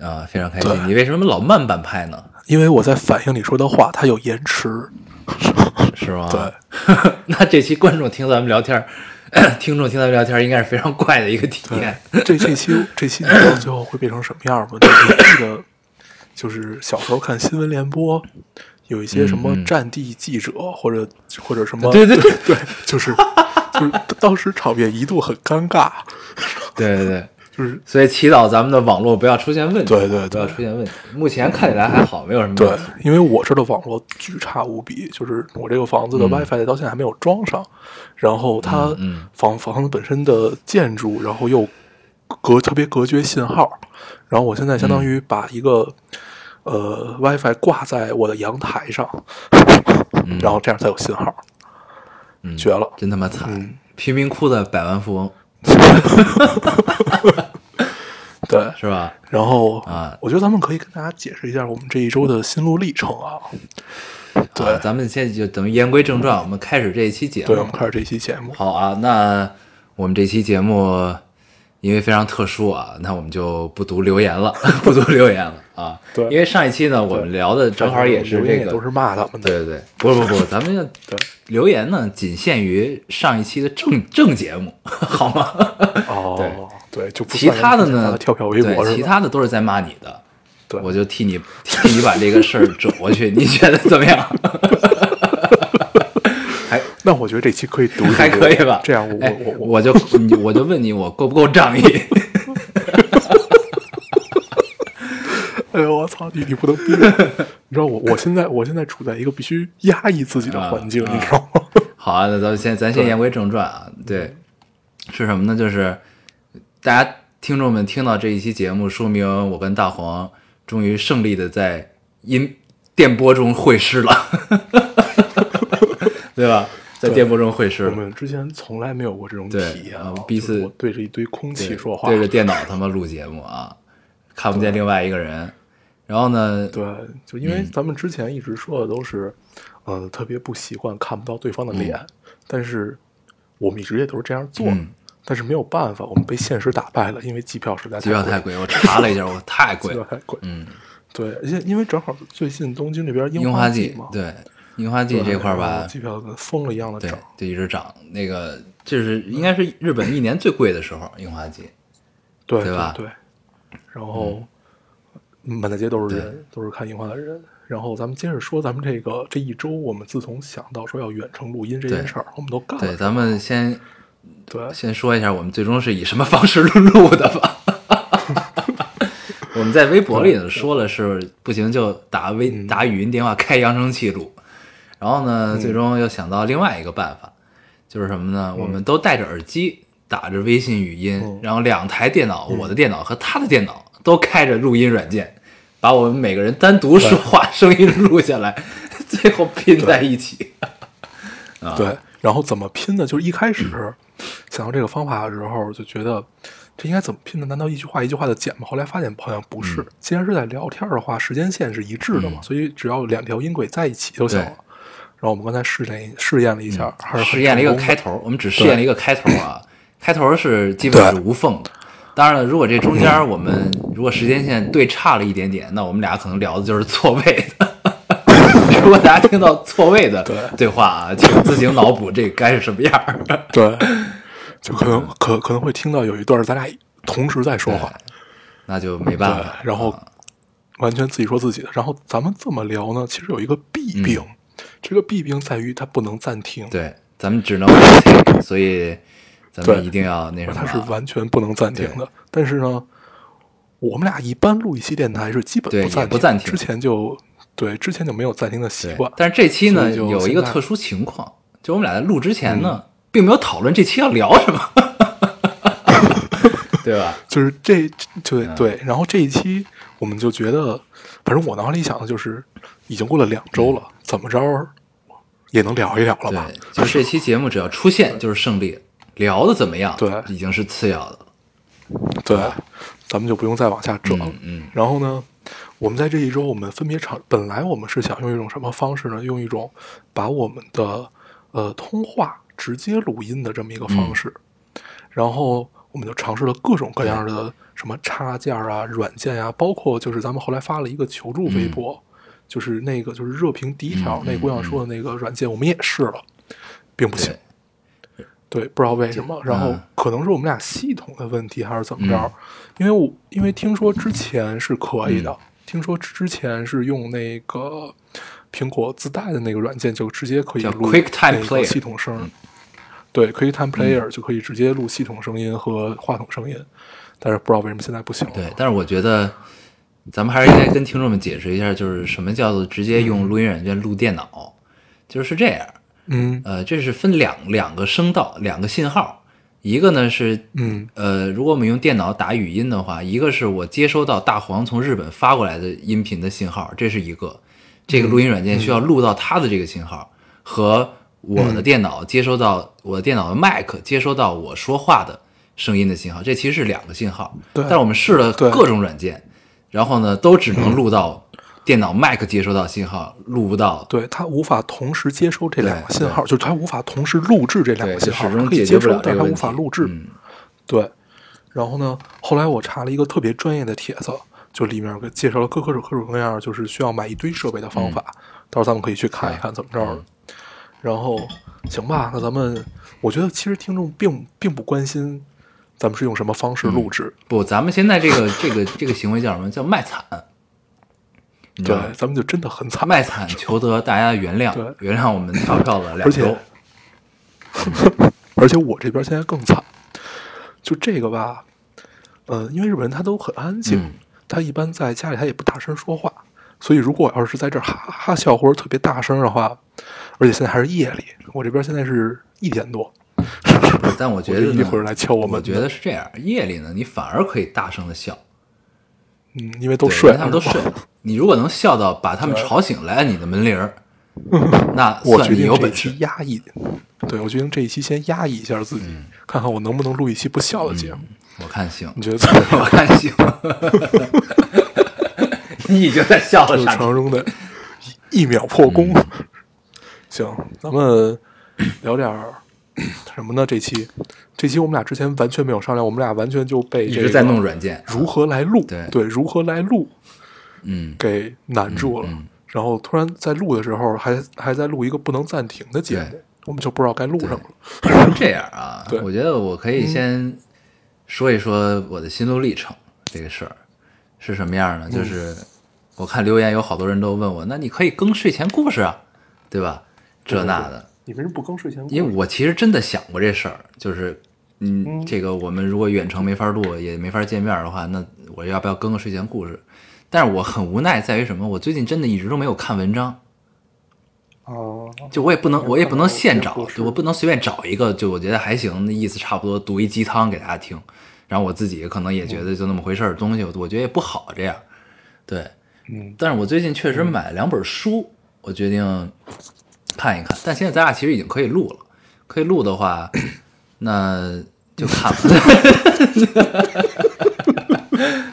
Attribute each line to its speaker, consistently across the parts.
Speaker 1: 啊、非常开心。你为什么老慢半拍呢？
Speaker 2: 因为我在反映你说的话，它有延迟。
Speaker 1: 是吗？
Speaker 2: 对，
Speaker 1: 那这期观众听咱们聊天儿， 听众听咱们聊天儿，应该是非常怪的一个体验。
Speaker 2: 这这期这期你知道最后会变成什么样 吗？你记得，就是小时候看新闻联播，有一些什么战地记者或者或者什么，
Speaker 1: 嗯对对对
Speaker 2: 对， 就是就是当时场面一度很尴尬，
Speaker 1: 对对对，
Speaker 2: 就是
Speaker 1: 所以祈祷咱们的网络不要出现问题，
Speaker 2: 对对对
Speaker 1: 不要出现问题。目前看起来还好，没有什么
Speaker 2: 对
Speaker 1: 问题，
Speaker 2: 因为我这儿的网络巨差无比，就是我这个房子的 WiFi 到现在还没有装上，然后它
Speaker 1: 嗯
Speaker 2: 房、房子本身的建筑，然后又隔特别隔绝信号，然后我现在相
Speaker 1: 嗯
Speaker 2: 当于把一个、呃 WiFi 挂在我的阳台上，然后这样才有信号，
Speaker 1: 嗯
Speaker 2: 绝了，
Speaker 1: 真他妈惨！
Speaker 2: 嗯
Speaker 1: 贫民窟的百万富翁
Speaker 2: 对。
Speaker 1: 是吧？
Speaker 2: 然后
Speaker 1: 啊
Speaker 2: 我觉得咱们可以跟大家解释一下我们这一周的心路历程啊。对，
Speaker 1: 啊咱们现在就等于言归正传，我们开始这一期节
Speaker 2: 对，
Speaker 1: 目
Speaker 2: 我。们开始这期节目。
Speaker 1: 好啊，那我们这期节目因为非常特殊啊，那我们就不读留言 了，不读留言了啊。
Speaker 2: 对
Speaker 1: 因为上一期呢，我们聊的正好也是
Speaker 2: 留言
Speaker 1: 这个，
Speaker 2: 都是骂他们的。
Speaker 1: 对对对，不是不 不，咱们要
Speaker 2: 对
Speaker 1: 留言呢，仅限于上一期的正正节目， 好吗？
Speaker 2: 哦，对，就不
Speaker 1: 其他的
Speaker 2: 算是
Speaker 1: 呢，
Speaker 2: 跳票为国
Speaker 1: 对
Speaker 2: 是
Speaker 1: 其
Speaker 2: 吧？
Speaker 1: 他的都是在骂你的，
Speaker 2: 对，
Speaker 1: 我就替你替你把这个事儿转过去，你觉得怎么样？ 还
Speaker 2: 那我觉得这期可以读一读，
Speaker 1: 还可以吧？
Speaker 2: 这样我
Speaker 1: 哎
Speaker 2: 我我
Speaker 1: 我就你我就问你，我够不够仗义？
Speaker 2: 我，哎呦我操你你不能逼我，你知道我我现在我现在处在一个必须压抑自己的环境，
Speaker 1: 啊
Speaker 2: 你知道吗？
Speaker 1: 好啊，那咱们先咱先
Speaker 2: 对
Speaker 1: 言归正传啊，对，是什么呢？就是大家听众们听到这一期节目，说明我跟大黄终于胜利的在音电波中会师了， 对吧？在
Speaker 2: 对
Speaker 1: 电波中会师
Speaker 2: 我
Speaker 1: 了，
Speaker 2: 们之前从来没有过这种体
Speaker 1: 对
Speaker 2: 验
Speaker 1: 啊
Speaker 2: 啊，
Speaker 1: 逼
Speaker 2: 就是
Speaker 1: 死
Speaker 2: 我对着一堆空气
Speaker 1: 对
Speaker 2: 说话，
Speaker 1: 对着电脑他妈录节目啊，看不见另外一个人。然后呢，
Speaker 2: 对，就因
Speaker 1: 嗯
Speaker 2: 为咱们之前一直说的都是，呃，特别不习惯看不到对方
Speaker 1: 嗯
Speaker 2: 的脸，但是我们一直也都是这样做的，
Speaker 1: 嗯
Speaker 2: 但是没有办法，我们被现实打败了，因为机票实在
Speaker 1: 机票
Speaker 2: 太
Speaker 1: 太贵，我查了一下，我太贵
Speaker 2: 贵，机票，太贵。
Speaker 1: 嗯，
Speaker 2: 对，而且因为正好最近东京这边
Speaker 1: 樱
Speaker 2: 花
Speaker 1: 花季
Speaker 2: 嘛，
Speaker 1: 对樱花季
Speaker 2: 对
Speaker 1: 这块儿
Speaker 2: 然
Speaker 1: 吧
Speaker 2: 后，机票跟疯了一样的
Speaker 1: 对
Speaker 2: 涨。，
Speaker 1: 就一直涨。那个就是应该是日本一年最贵的时候，樱花季。
Speaker 2: 嗯对
Speaker 1: 对吧嗯
Speaker 2: 对，然后满大街都是人，都是看樱花的人。然后咱们接着说，咱们这个这一周，我们自从想到说要远程录音这件
Speaker 1: 对
Speaker 2: 事儿，我们都干
Speaker 1: 对，
Speaker 2: 了。
Speaker 1: 咱们先
Speaker 2: 对，
Speaker 1: 先说一下，我们最终是以什么方式录录的吧。我们在微博里呢说了是不行就打微打语音电话开扬声器录，然后呢，最终又想到另外一个办法，就是什么呢？我们都戴着耳机打着微信语音
Speaker 2: 嗯，
Speaker 1: 然后两台电脑，我的电脑和他的电脑都开着录音软件，把我们每个人单独说话声音录下来，最后拼在一起。啊
Speaker 2: 对，然后怎么拼呢？就是一开始想到这个方法的时候，就觉得这应该怎么拼呢？难道一句话一句话的剪吗？后来发现好像不
Speaker 1: 嗯
Speaker 2: 是，既然是在聊天的话，时间线是一致的嘛，所以只要两条音轨在一起就行
Speaker 1: 对嗯
Speaker 2: 了。然后我们刚才试验试验了一下，还是很
Speaker 1: 试验了一个
Speaker 2: 成功的
Speaker 1: 开头，我们只试验了一个开头啊，开头是基本是无缝的。当然了，如果这中间我们如果时间线对差了一点点，那我们俩可能聊的就是错位的。 如果大家听到错位的对话啊，请自行脑补这该是什么样儿。
Speaker 2: 对，就可能可可能会听到有一段咱俩同时在说话，
Speaker 1: 那就没
Speaker 2: 对
Speaker 1: 办法，，嗯
Speaker 2: 然后完全自己说自己的。然后咱们这么聊呢，其实有一个弊病，
Speaker 1: 嗯
Speaker 2: 这个弊病在于它不能暂停，
Speaker 1: 对，咱们只能 retake，所以咱们
Speaker 2: 对
Speaker 1: 一定要那什么
Speaker 2: 它是
Speaker 1: 啊，
Speaker 2: 完全不能暂停的。但是呢，我们俩一般录一期电台是基本
Speaker 1: 对
Speaker 2: 不暂
Speaker 1: 也不暂停
Speaker 2: 之前就对之前就没有暂停的习
Speaker 1: 对
Speaker 2: 惯。。
Speaker 1: 但是这期呢，
Speaker 2: 所以就
Speaker 1: 有一
Speaker 2: 现
Speaker 1: 个
Speaker 2: 在
Speaker 1: 特殊情况，嗯 就我们俩在录之前呢，并没有讨论这期要聊什么。对吧？
Speaker 2: 就是这，对
Speaker 1: 嗯
Speaker 2: 对。然后这一期我们就觉得，反正我脑海里想的就是，已经过了两周
Speaker 1: 嗯
Speaker 2: 了，怎么着也能聊一聊了吧？
Speaker 1: 对，就是这期节目只要出现就是胜利，聊的怎么样，
Speaker 2: 对
Speaker 1: 已经是次要的了。
Speaker 2: 对，咱们就不用再往下整。
Speaker 1: 嗯嗯
Speaker 2: 然后呢，我们在这一周，我们分别尝，本来我们是想用一种什么方式呢？用一种把我们的呃通话直接录音的这么一个方式，然后我们就尝试了各种各样的什么插件啊、软件啊，包括就是咱们后来发了一个求助微博，就是那个就是热评第一条、
Speaker 1: 嗯
Speaker 2: 那姑娘说的那个软件，我们也试了，并不行
Speaker 1: 对。
Speaker 2: 对，不知道为什么，然后
Speaker 1: 嗯
Speaker 2: 可能是我们俩系统的问题，还是怎么着？
Speaker 1: 嗯
Speaker 2: 因为我因为听说之前是可以的，
Speaker 1: 嗯
Speaker 2: 听说之前是用那个苹果自带的那个软件，就直接可以
Speaker 1: 叫
Speaker 2: 录
Speaker 1: QuickTime
Speaker 2: 那个
Speaker 1: Player
Speaker 2: 系统声。对，QuickTime Player 就可以直接录系统声音和话筒声音，但是不知道为什么现在不行了。
Speaker 1: 对，但是我觉得咱们还是应该跟听众们解释一下，就是什么叫做直接用录音软件录电脑，就是这样。
Speaker 2: 嗯
Speaker 1: 呃，这是分两两个声道，两个信号，一个呢是
Speaker 2: 嗯
Speaker 1: 呃，如果我们用电脑打语音的话，一个是我接收到大黄从日本发过来的音频的信号，这是一个；这个录音软件需要嗯录到它的这个信号，和我的电脑接收到我的电脑的麦克接收到我说话的声音的信号，这其实是两个信号。
Speaker 2: 对
Speaker 1: 但是我们试了
Speaker 2: 对
Speaker 1: 各种软件，然后呢，都只能录到电脑麦克接收到信号，录不到
Speaker 2: 对，它无法同时接收这两个
Speaker 1: 对
Speaker 2: 信号，就是它无法同时录制这两
Speaker 1: 对，
Speaker 2: 个
Speaker 1: 就
Speaker 2: 信号，
Speaker 1: 始
Speaker 2: 它
Speaker 1: 终
Speaker 2: 可以
Speaker 1: 解
Speaker 2: 接
Speaker 1: 决不
Speaker 2: 收
Speaker 1: 了，这
Speaker 2: 但
Speaker 1: 个
Speaker 2: 它
Speaker 1: 问
Speaker 2: 无
Speaker 1: 题。
Speaker 2: 法录制。
Speaker 1: 嗯
Speaker 2: 对，然后呢，后来我查了一个特别专业的帖子，就里面给介绍了各各种各种各样，就是需要买一堆设备的方法，
Speaker 1: 嗯
Speaker 2: 到时候咱们可以去看一看怎么着的。然后行吧，那咱们我觉得其实听众并并不关心咱们是用什么方式
Speaker 1: 嗯
Speaker 2: 录制，
Speaker 1: 不，咱们现在这个这个这个行为叫什么？叫卖惨。你知
Speaker 2: 对
Speaker 1: 道吗，
Speaker 2: 咱们就真的很惨。
Speaker 1: 卖惨求得大家原谅
Speaker 2: 对，
Speaker 1: 原谅我们跳票了两
Speaker 2: 而且
Speaker 1: 周。
Speaker 2: 而且我这边现在更惨，就这个吧，嗯、因为日本人他都很安静，
Speaker 1: 嗯
Speaker 2: 他一般在家里他也不大声说话，所以如果我要是在这儿哈哈笑或者特别大声的话，而且现在还是夜里，我这边现在是一点多，
Speaker 1: 但我觉
Speaker 2: 我觉
Speaker 1: 得
Speaker 2: 得一会儿
Speaker 1: 呢，
Speaker 2: 来敲我
Speaker 1: 我
Speaker 2: 们，
Speaker 1: 觉得是这样，夜里呢，你反而可以大声的笑，
Speaker 2: 嗯，因为
Speaker 1: 对
Speaker 2: 都睡
Speaker 1: 因为
Speaker 2: 了，
Speaker 1: 他们都
Speaker 2: 是吧
Speaker 1: 睡。了。你如果能笑到把他们
Speaker 2: 对
Speaker 1: 吵醒，来按你的门铃 儿，那
Speaker 2: 我
Speaker 1: 算
Speaker 2: 决
Speaker 1: 你
Speaker 2: 定
Speaker 1: 有
Speaker 2: 这一
Speaker 1: 本
Speaker 2: 期
Speaker 1: 事。
Speaker 2: 压抑，对我决定这一期先压抑一下自己，
Speaker 1: 嗯
Speaker 2: 看看我能不能录一期不笑的节目。
Speaker 1: 我看行，
Speaker 2: 你觉得怎么
Speaker 1: 我
Speaker 2: 样？
Speaker 1: 看 行。 你已经在笑
Speaker 2: 这
Speaker 1: 了，
Speaker 2: 是
Speaker 1: 傻逼
Speaker 2: 传。说中的一一秒破功。
Speaker 1: 嗯
Speaker 2: 行，咱们聊点儿 什么呢？这期，这期我们俩之前完全没有商量，我们俩完全就被
Speaker 1: 一
Speaker 2: 这个
Speaker 1: 直在弄软件，
Speaker 2: 如何来录，
Speaker 1: 对
Speaker 2: 如何来录
Speaker 1: 嗯，
Speaker 2: 给难住了。然后突然在录的时候还，还在录一个不能暂停的节目
Speaker 1: 对，
Speaker 2: 我们就不知道该录什么了。
Speaker 1: 这样啊
Speaker 2: 对，
Speaker 1: 我觉得我可以先说一说我的心路历程这个事儿是什么样呢？就是我看留言有好多人都问我，那你可以更睡前故事啊，对吧？这那的，
Speaker 2: 你为什么不更睡前故事？
Speaker 1: 因为我其实真的想过这事儿，就是嗯
Speaker 2: 嗯，
Speaker 1: 这个我们如果远程没法录，也没法见面的话，那我要不要更个睡前故事？但是我很无奈在于什么？我最近真的一直都没有看文章，
Speaker 2: 哦，
Speaker 1: 就我也不能，我也不能现找
Speaker 2: 没有看到有些，故事
Speaker 1: 就我不能随便找一个，就我觉得还行，那意思差不多，读一鸡汤给大家听，然后我自己可能也觉得就那么回事儿的东西，我我觉得也不好这样，对。
Speaker 2: 嗯，
Speaker 1: 但是我最近确实买了两本书，我决定看一看。但现在咱俩其实已经可以录了，可以录的话，那就看吧，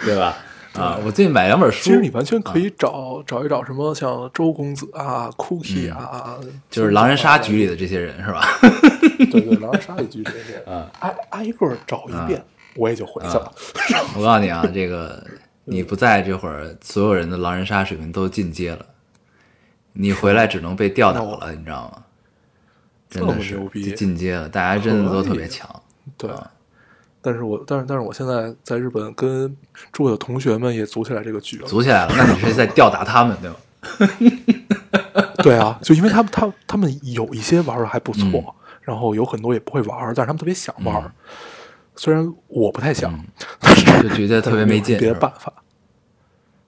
Speaker 1: 对吧？啊，我最近买两本书，
Speaker 2: 其实你完全可
Speaker 1: 啊
Speaker 2: 以找、找一找什么像周公子啊、Cookie 啊，
Speaker 1: 嗯就是狼人杀局里的这些人是吧？
Speaker 2: 对对，狼人杀一局这些，
Speaker 1: 啊
Speaker 2: 挨挨个儿找一遍，我也就回去了。
Speaker 1: 我告诉你啊，这 个你不在这会儿，所有人的狼人杀水平都进阶了，你回来只能被吊打了，你知道吗？真的
Speaker 2: 这么牛逼
Speaker 1: 是啊进阶了，大家真的都特别强。
Speaker 2: 对，但是我但是但是我现在在日本跟住的同学们也组起来这个局了。
Speaker 1: 组起来了，那你是在吊打他们对吧？
Speaker 2: 对啊，就因为他们他他们有一些玩的还不错，
Speaker 1: 嗯
Speaker 2: 然后有很多也不会玩儿，但是他们特别想玩儿。虽然我不太想，
Speaker 1: 就觉嗯得特别
Speaker 2: 但是
Speaker 1: 没
Speaker 2: 有
Speaker 1: 劲，
Speaker 2: 别
Speaker 1: 是
Speaker 2: 的
Speaker 1: 吧
Speaker 2: 办？法。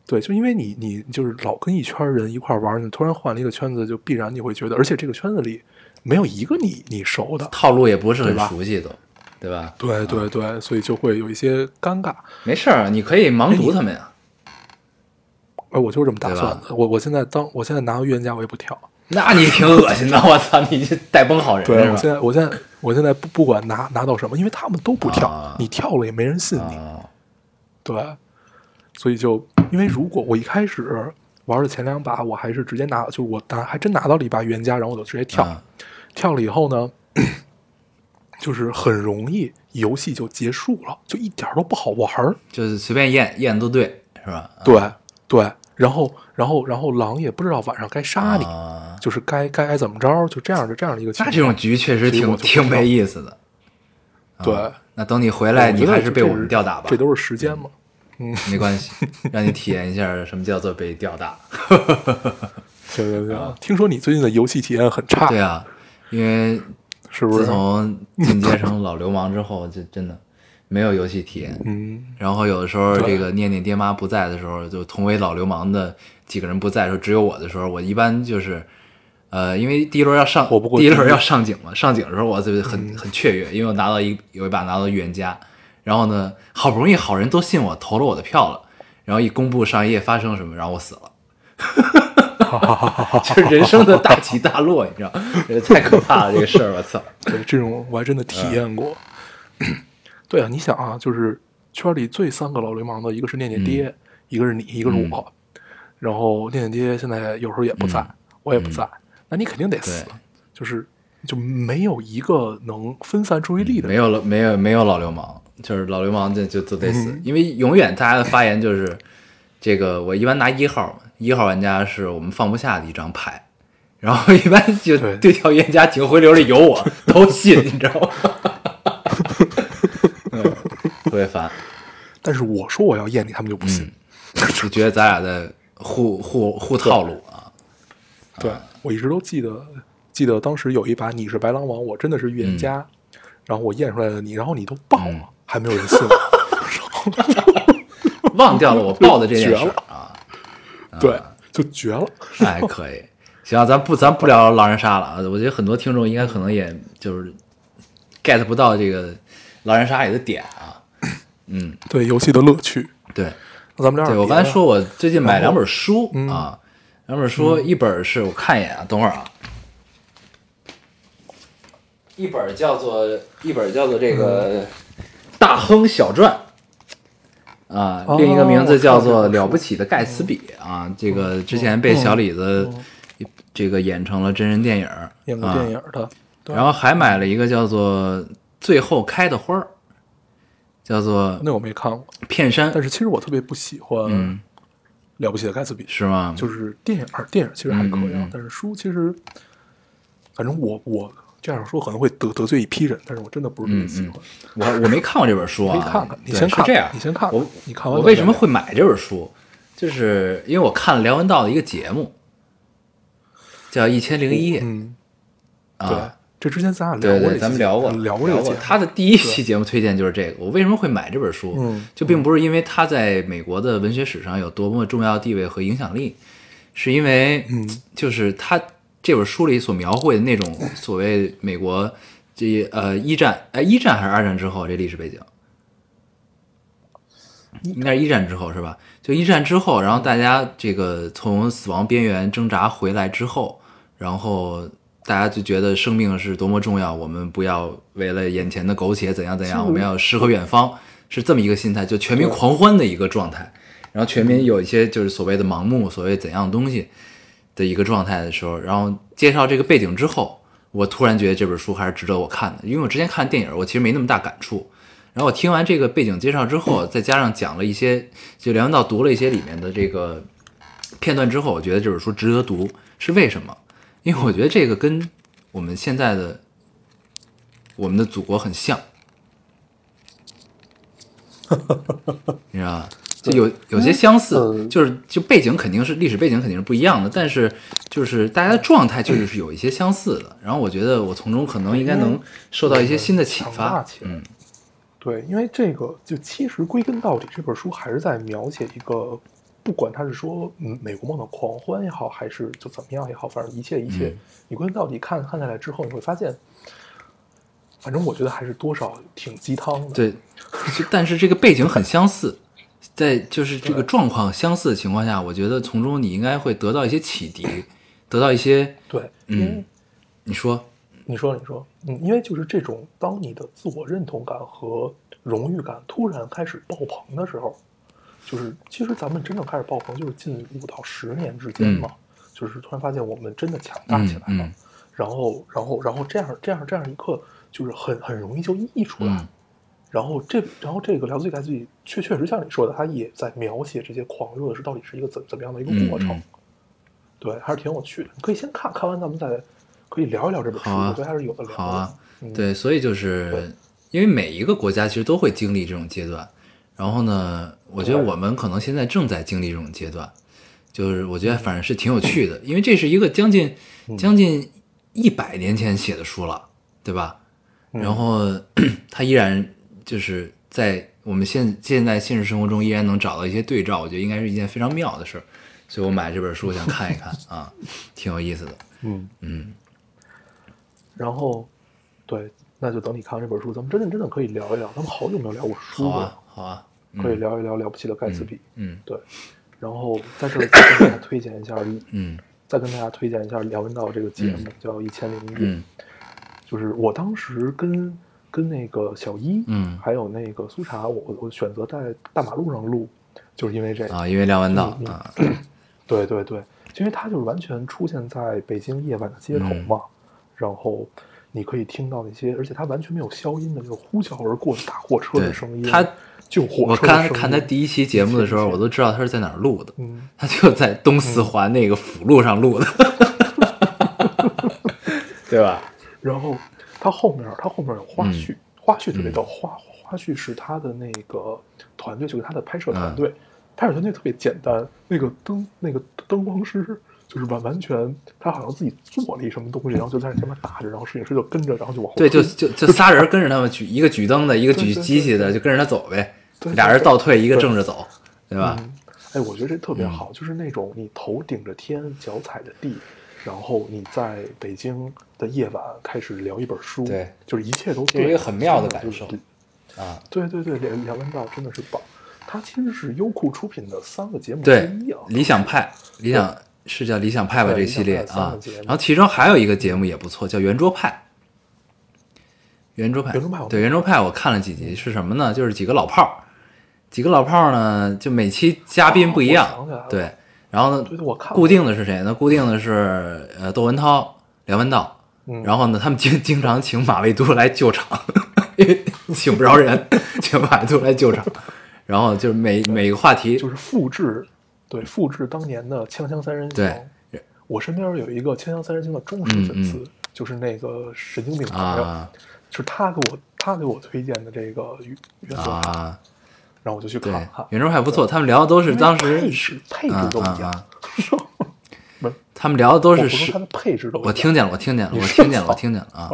Speaker 2: 对，就因为你你就是老跟一圈人一块玩儿，你突然换了一个圈子，就必然你会觉得，而且这个圈子里没有一个你你熟的，
Speaker 1: 套路也不是
Speaker 2: 对
Speaker 1: 很
Speaker 2: 吧
Speaker 1: 熟悉都，对吧？
Speaker 2: 对对对，所以就会有一些尴尬。
Speaker 1: 没事儿，啊你可以盲读他们呀。
Speaker 2: 哎，我就是这么打
Speaker 1: 对
Speaker 2: 算
Speaker 1: 吧
Speaker 2: 的。我我现在当我现在拿到预言家，我也不挑。
Speaker 1: 那你挺恶心的，我操，你这带崩好人
Speaker 2: 对，我
Speaker 1: 是
Speaker 2: 现
Speaker 1: 吧？
Speaker 2: 在我现在我现在不不管拿拿到什么，因为他们都不跳，
Speaker 1: 啊
Speaker 2: 你跳了也没人信你。
Speaker 1: 啊
Speaker 2: 对，所以就因为如果我一开始玩的前两把，我还是直接拿，就是我拿还真拿到了一把预言家，然后我就直接跳，
Speaker 1: 啊
Speaker 2: 跳了以后呢， 就是很容易游戏就结束了，就一点儿都不好玩儿。
Speaker 1: 就是随便验验都对，是吧？
Speaker 2: 对对，然后然后然后狼也不知道晚上该杀你，
Speaker 1: 啊，
Speaker 2: 就是该该该怎么着，就这样的这样的一个情
Speaker 1: 那
Speaker 2: 况。
Speaker 1: 这种局确实
Speaker 2: 所以
Speaker 1: 挺
Speaker 2: 我就不
Speaker 1: 挺
Speaker 2: 跳
Speaker 1: 没意思的。啊
Speaker 2: 对，
Speaker 1: 那等你回
Speaker 2: 我
Speaker 1: 来，
Speaker 2: 觉
Speaker 1: 你
Speaker 2: 得
Speaker 1: 还
Speaker 2: 这
Speaker 1: 是被
Speaker 2: 这
Speaker 1: 我们吊打吧嗯
Speaker 2: 这，都是时间嘛。
Speaker 1: 没关系， 让你体验一下什么叫做被吊 打。
Speaker 2: 对对对，听说你最近的游戏体验很差，
Speaker 1: 嗯对啊，因为
Speaker 2: 是不
Speaker 1: 自
Speaker 2: 是？
Speaker 1: 从进阶成老流氓之后，就真的没有游戏体验。
Speaker 2: 嗯，
Speaker 1: 然后有的时候
Speaker 2: 对
Speaker 1: 这个念念爹妈不在的时候，就同为老流氓的几个人不在的时候，只有我的时候，我一般就是，呃，因为第一轮要上，
Speaker 2: 活不过
Speaker 1: 第一轮
Speaker 2: 去嗯
Speaker 1: 要上警嘛，上警的时候我就很、很雀跃，因为我拿到一有一把拿到预言家，然后呢，好不容易好人都信我，投了我的票了，然后一公布上一页发生什么，然后我死 了。就是人生的大起大落，你知道，这太可怕了，这个事儿，我操！
Speaker 2: 对，这种我还真的
Speaker 1: 嗯
Speaker 2: 体验过。 对啊，你想啊，就是圈里最三个老流氓的，一个是念念
Speaker 1: 嗯
Speaker 2: 爹，一个是你，一个是我。然后念念爹现在有时候也不在，我也不在，那你肯定得死
Speaker 1: 嗯对，
Speaker 2: 就是就没有一个能分散注意力的
Speaker 1: 嗯没。有了，没有没有老流氓，就是老流氓这就都得
Speaker 2: 嗯
Speaker 1: 死，因为永远大家的发言就是这个。我一般拿一号嘛，一号玩家是我们放不下的一张牌，然后一般就
Speaker 2: 对
Speaker 1: 对跳冤家警徽流里有 我都信，你知道吗？ 嗯，特别烦，
Speaker 2: 但是我说我要验你，他们
Speaker 1: 嗯
Speaker 2: 就不信。
Speaker 1: 就觉得咱俩在互互互套路啊。
Speaker 2: 对我一直都记得，记得当时有一把你是白狼王，我真的是预言家，然后我验出来了你，然后你都爆了，
Speaker 1: 嗯
Speaker 2: 还没有人信我。
Speaker 1: 忘掉了我报的这件事
Speaker 2: 绝
Speaker 1: 儿
Speaker 2: 了
Speaker 1: 啊，
Speaker 2: 对，就绝了。
Speaker 1: 哎，可以，行，咱不咱不聊狼人杀了啊！我觉得很多听众应该可能也就是 get 不到这个狼人杀里的点啊。
Speaker 2: 对游戏的乐趣。
Speaker 1: 对，
Speaker 2: 那咱们聊
Speaker 1: 对
Speaker 2: 点
Speaker 1: 我
Speaker 2: 别
Speaker 1: 刚才
Speaker 2: 的
Speaker 1: 说，我最近买两
Speaker 2: 然后嗯
Speaker 1: 本书啊，两本书，一本是我看一眼啊，等会儿啊，一本叫做一本叫做这
Speaker 2: 嗯
Speaker 1: 个《大亨小传》。啊，
Speaker 2: 哦
Speaker 1: 另一个名字叫
Speaker 2: 我
Speaker 1: 做
Speaker 2: 看
Speaker 1: 《
Speaker 2: 过
Speaker 1: 了不起的盖茨比》
Speaker 2: 嗯
Speaker 1: 啊，这个之
Speaker 2: 哦
Speaker 1: 前被小李子这个演成了真人电影儿，
Speaker 2: 演过
Speaker 1: 啊
Speaker 2: 电影的，对
Speaker 1: 然后还买了一个叫做《最后开的花儿》，叫做
Speaker 2: 那我没看过。
Speaker 1: 片山
Speaker 2: 但，是其实我特别不喜欢《
Speaker 1: 嗯，
Speaker 2: 了不起的盖茨比》，
Speaker 1: 是吗？
Speaker 2: 就是电影儿电影儿其实还可以，
Speaker 1: 嗯嗯嗯
Speaker 2: 啊，但是书其实，反正我我这样说可能会得得罪一批人，但是我真的不是特别喜欢。
Speaker 1: 我我没看过这本书啊，
Speaker 2: 可以看看你
Speaker 1: 对
Speaker 2: 先看
Speaker 1: 嗯是这样，
Speaker 2: 你先看
Speaker 1: 我
Speaker 2: 你看完
Speaker 1: 我
Speaker 2: 了
Speaker 1: 为什么
Speaker 2: 再聊
Speaker 1: 会买这本书？就是因为我看了梁文道的一个节目，叫《一千零一夜》
Speaker 2: 嗯，对
Speaker 1: 啊，，
Speaker 2: 这之前咱俩
Speaker 1: 对
Speaker 2: 聊过
Speaker 1: 对，
Speaker 2: 这期，啊
Speaker 1: 咱们聊过
Speaker 2: 聊
Speaker 1: 过
Speaker 2: 过这个节目
Speaker 1: 他的第一期节目推荐就是这个。我为什么会买这本书？
Speaker 2: 嗯
Speaker 1: 就并不是因为他在美国的文学史上有多么重要的地位和影响力，是因为
Speaker 2: 嗯
Speaker 1: 就是他这本书里所描绘的那种所谓美国这呃一战呃一战还是二战之后这历史背景。应该是一战之后是吧？就一战之后，然后大家这个从死亡边缘挣扎回来之后，然后大家就觉得生命是多么重要，我们不要为了眼前的苟且怎样怎样，我们要诗和远方，是这么一个心态，就全民狂欢的一个状态。然后全民有一些就是所谓的盲目，所谓怎样的东西的一个状态的时候，然后介绍这个背景之后，我突然觉得这本书还是值得我看的，因为我之前看电影，我其实没那么大感触。然后我听完这个背景介绍之后， 再加上讲了一些，就梁文道读了一些里面的这个片段之后，我觉得这本书值得读，是为什么？因为我觉得这个跟我们现在的我们的祖国很 像，你知道吧？就有有些相似，
Speaker 2: 嗯
Speaker 1: 就是就背景肯定是历史背景肯定是不一样的，但是就是大家的状态就是是有一些相似的。然后我觉得我从中可能应该能受到一些新的启
Speaker 2: 嗯强
Speaker 1: 发
Speaker 2: 大起，来
Speaker 1: 嗯。
Speaker 2: 对，因为这个就其实归根到底，这本书还是在描写一个，不管他是说嗯美国梦的狂欢也好，还是就怎么样也好，反正一切一切，
Speaker 1: 嗯
Speaker 2: 你归根到底看看下来之后，你会发现，反正我觉得还是多少挺鸡汤的。
Speaker 1: 对，就但是这个背景很相似，在就是这个状况相似的情况下，我觉得从中你应该会得到一些启迪，得到一些
Speaker 2: 对，
Speaker 1: 嗯，你说
Speaker 2: 你说，你说，嗯，因为就是这种，当你的自我认同感和荣誉感突然开始爆棚的时候，就是其实咱们真正开始爆棚，就是近五到十年之间嘛，就是突然发现我们真的强大起来了，
Speaker 1: 嗯嗯
Speaker 2: 然后，然后，然后这样，这样，这样一刻，就是很很容易就溢出来。
Speaker 1: 嗯
Speaker 2: 然后这，然后这个《聊自己改自己》确确实像你说的，它也在描写这些狂热是到底是一个怎怎么样的一
Speaker 1: 嗯
Speaker 2: 个过程。
Speaker 1: 嗯
Speaker 2: 对，还是挺有趣的。你可以先看看完，咱们再可以聊一聊这本书。
Speaker 1: 好啊
Speaker 2: 我觉得还是有的聊的。
Speaker 1: 好啊
Speaker 2: 嗯，
Speaker 1: 对，所以就是因为每一个国家其实都会经历这种阶段，然后呢，我觉得
Speaker 2: 对
Speaker 1: 我们可能现在正在经历这种阶段，就是我觉得反正是挺有趣的，因为这是一个将近
Speaker 2: 嗯
Speaker 1: 将近一百年前写的书了，对吧？
Speaker 2: 嗯
Speaker 1: 然后 它依然就是在我们现现在现实生活中依然能找到一些对照，我觉得应该是一件非常妙的事儿，所以我买这本书想看一看啊，挺有意思的，
Speaker 2: 嗯，
Speaker 1: 嗯，
Speaker 2: 然后对，那就等你看完这本书，咱们真的真的可以聊一聊。咱们好久没有聊过书
Speaker 1: 好
Speaker 2: 了，
Speaker 1: 啊，好啊，嗯
Speaker 2: 可以聊一聊《了不起的盖茨比》
Speaker 1: 嗯
Speaker 2: 对，然后在这里再跟大家推荐一下，
Speaker 1: 嗯
Speaker 2: 再跟大家推荐一下梁文道这个节目，叫《一千零一夜》。
Speaker 1: 嗯
Speaker 2: 就是我当时跟跟那个小一，
Speaker 1: 嗯
Speaker 2: 还有那个苏茶，我我我选择在大马路上录，就是因为这个。
Speaker 1: 啊，因为梁文道
Speaker 2: 嗯嗯
Speaker 1: 啊，
Speaker 2: 对对对，因为它就是完全出现在北京夜晚的街头
Speaker 1: 嗯
Speaker 2: 嘛，然后你可以听到那些，而且它完全没有消音的，就是呼啸而过的大货车
Speaker 1: 对
Speaker 2: 的声音，
Speaker 1: 它
Speaker 2: 救火
Speaker 1: 我
Speaker 2: 车的声
Speaker 1: 看
Speaker 2: 音。
Speaker 1: 看他第一期节目的时候，
Speaker 2: 是是
Speaker 1: 我都知道他是在哪儿录的，
Speaker 2: 嗯，
Speaker 1: 他就在东四环那个辅路上录的， 对吧？
Speaker 2: 然后它后面它后面有
Speaker 1: 嗯
Speaker 2: 花絮，花絮特别逗，花花絮是他的那个团队，就是他的拍摄
Speaker 1: 嗯
Speaker 2: 团队，拍摄团队特别简单，那个灯那个灯光师。就是完完全，他好像自己做了一什么东西，然后就在那前面打着，然后摄影师就跟着，然后就往 后
Speaker 1: 对，就
Speaker 2: 推
Speaker 1: 就就仨人跟着他们举，一个举灯的，一个举
Speaker 2: 对对
Speaker 1: 机器的，就跟着他走呗。
Speaker 2: 对对
Speaker 1: 俩人倒退，一个
Speaker 2: 对
Speaker 1: 正着走，对吧？嗯
Speaker 2: 嗯，哎，我觉得这特别好，就是那种你头顶着天，脚踩着地，然后你在北京的夜晚开始聊一本书，
Speaker 1: 对，
Speaker 2: 就是一切都
Speaker 1: 有一个很妙的
Speaker 2: 真就是
Speaker 1: 感受啊，
Speaker 2: 对对对，梁梁文道真的是棒，他其实是优酷出品的三个节目之
Speaker 1: 对
Speaker 2: 一啊，，
Speaker 1: 理想派，理想是叫理想派吧？这
Speaker 2: 对
Speaker 1: 个系列
Speaker 2: 理想派三
Speaker 1: 啊
Speaker 2: 个节目，
Speaker 1: 然后其中还有一个节目也不错，叫圆桌派。圆桌派，
Speaker 2: 圆桌派我
Speaker 1: 对圆桌派，我看了几集，是什么呢？就是几个老炮儿，几个老炮儿呢，就每期嘉宾不一样
Speaker 2: 哦我想起来，了
Speaker 1: 对，然后呢
Speaker 2: 对对，我看了
Speaker 1: 固定的是谁呢？固定的是呃，窦文涛、梁文道，
Speaker 2: 嗯
Speaker 1: 然后呢，他们经经常请马未都来救场，因为请不着人，请马未都来救场，然后就是每每个话题
Speaker 2: 就是复制，对，复制当年的《锵锵三人行
Speaker 1: 对》。
Speaker 2: 我身边有一个《锵锵三人行》的忠实粉丝，
Speaker 1: 嗯
Speaker 2: 就是那个神经病朋友，
Speaker 1: 啊
Speaker 2: 就是他给我他给我推荐的这个原原作，
Speaker 1: 啊，
Speaker 2: 然后我就去
Speaker 1: 对
Speaker 2: 看了看，。
Speaker 1: 圆桌派不错，他们聊的都是
Speaker 2: 因为
Speaker 1: 当时
Speaker 2: 配置配
Speaker 1: 啊
Speaker 2: 置都一
Speaker 1: 啊
Speaker 2: 样
Speaker 1: 啊， 他们聊的都
Speaker 2: 我
Speaker 1: 是
Speaker 2: 不是说
Speaker 1: 时
Speaker 2: 它，的配置都一样，
Speaker 1: 我听见了，我听见了，
Speaker 2: 你
Speaker 1: 我
Speaker 2: 说
Speaker 1: 听见了，
Speaker 2: 错
Speaker 1: 我听见了啊！
Speaker 2: 啊，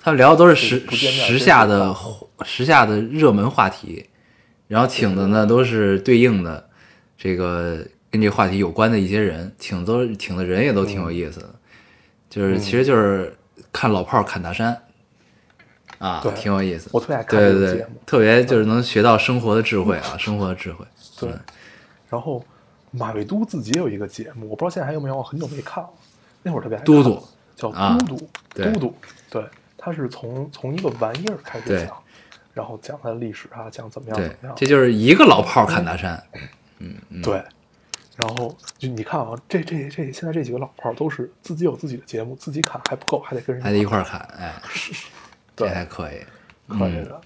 Speaker 1: 他们聊的都是时
Speaker 2: 不不见面
Speaker 1: 时
Speaker 2: 真
Speaker 1: 下
Speaker 2: 是
Speaker 1: 的时下的热门话题，然后请的呢都是对应的这个跟这个话题有关的一些人，请都请的人也都挺有意思的，
Speaker 2: 嗯
Speaker 1: 就是其实就是看老炮儿砍大山啊
Speaker 2: 对，
Speaker 1: 挺有意思。
Speaker 2: 我特别爱看
Speaker 1: 对
Speaker 2: 这个
Speaker 1: 对对
Speaker 2: 节目，，嗯
Speaker 1: 特别就是能学到生活的智慧啊，生活的智慧。
Speaker 2: 对，
Speaker 1: 嗯
Speaker 2: 然后马未都自己也有一个节目，我不知道现在还有没有，我很久没看了。那会儿特别爱看
Speaker 1: 嘟嘟
Speaker 2: 叫
Speaker 1: 啊
Speaker 2: 嘟嘟，
Speaker 1: 对
Speaker 2: 嘟嘟，对，他是从从一个玩意儿开始
Speaker 1: 对
Speaker 2: 讲，然后讲它的历史啊，讲怎么样怎
Speaker 1: 对
Speaker 2: 么，样，
Speaker 1: 这就是一个老炮儿砍大山。
Speaker 2: 嗯对。然后就你看啊，这这这现在这几个老炮儿都是自己有自己的节目，自己砍还不够，还得跟人 家
Speaker 1: 还得一块儿砍，哎，这
Speaker 2: 对
Speaker 1: 还可以。
Speaker 2: 可以的。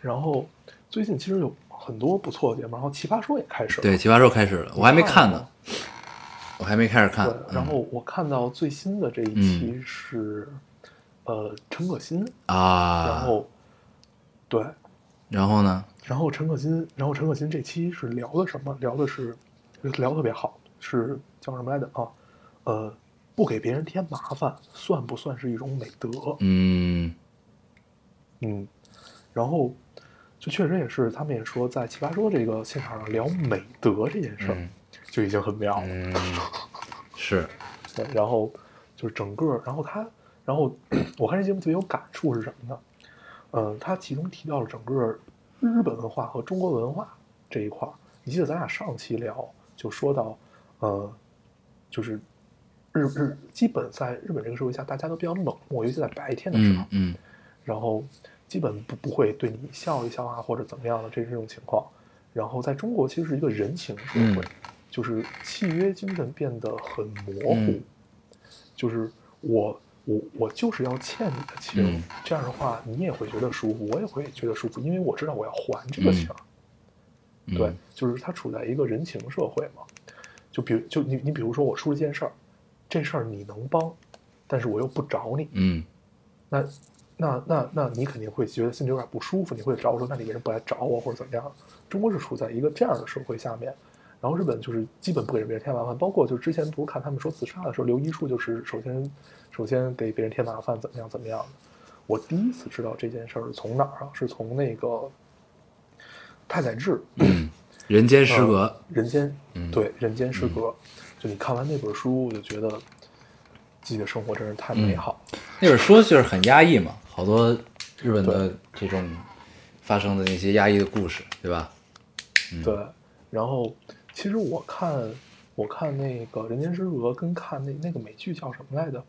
Speaker 2: 然后最近其实有很多不错的节目，然后《奇葩说》也开始了，
Speaker 1: 对，奇葩说开始了，我还没看呢
Speaker 2: 了，
Speaker 1: 我还没开始看嗯
Speaker 2: 对。，然后我看到最新的这一期是，呃，陈可辛，
Speaker 1: 嗯啊，
Speaker 2: 然后、对，
Speaker 1: 然后呢？
Speaker 2: 然后陈可辛，然后陈可辛这期是聊的什么？聊的是聊得特别好，是叫什么来着啊？呃，不给别人添麻烦，算不算是一种美德？
Speaker 1: 嗯
Speaker 2: 嗯，然后就确实也是，他们也说在《奇葩说》这个现场上聊美德这件事儿，
Speaker 1: 嗯
Speaker 2: 就已经很妙了。
Speaker 1: 嗯，是
Speaker 2: 对，然后就是整个，然后他然后 我看这节目特别有感触是什么呢？嗯，他其中提到了整个日本文化和中国文化这一块儿。你记得咱俩上期聊就说到，呃，就是日日基本在日本这个社会下，大家都比较冷漠，尤其在白天的时候。
Speaker 1: 嗯嗯
Speaker 2: 然后基本不不会对你笑一笑啊，或者怎么样的这这种情况。然后在中国其实是一个人情社会，
Speaker 1: 嗯
Speaker 2: 就是契约精神变得很模糊，
Speaker 1: 嗯
Speaker 2: 就是我我我就是要欠你的情，
Speaker 1: 嗯
Speaker 2: 这样的话你也会觉得舒服，我也会觉得舒服，因为我知道我要还这个情。
Speaker 1: 嗯，
Speaker 2: 对，就是它处在一个人情社会嘛。就比如就你你比如说我出了件事儿，这事儿你能帮，但是我又不找你，
Speaker 1: 嗯
Speaker 2: 那那那那你肯定会觉得心里有点不舒服，你会找我说，那你为什么不来找我或者怎么样？中国是处在一个这样的社会下面，然后日本就是基本不给别人添麻烦，包括就之前不是看他们说自杀的时候，刘一树就是首先首先给别人添麻烦，怎么样怎么样的。我第一次知道这件事儿是从哪儿啊？是从那个太宰治
Speaker 1: 嗯，人间失
Speaker 2: 呃
Speaker 1: 格，
Speaker 2: 人间，
Speaker 1: 嗯
Speaker 2: 对《人间失格》就你看完那本书，我就觉得自己的生活真是
Speaker 1: 嗯
Speaker 2: 太美好。
Speaker 1: 那本书就是很压抑嘛，好多日本的这种发生的那些压抑的故事，对吧？嗯
Speaker 2: 对，然后其实我看我看那个《人间失格》跟看那那个美剧叫什么来着？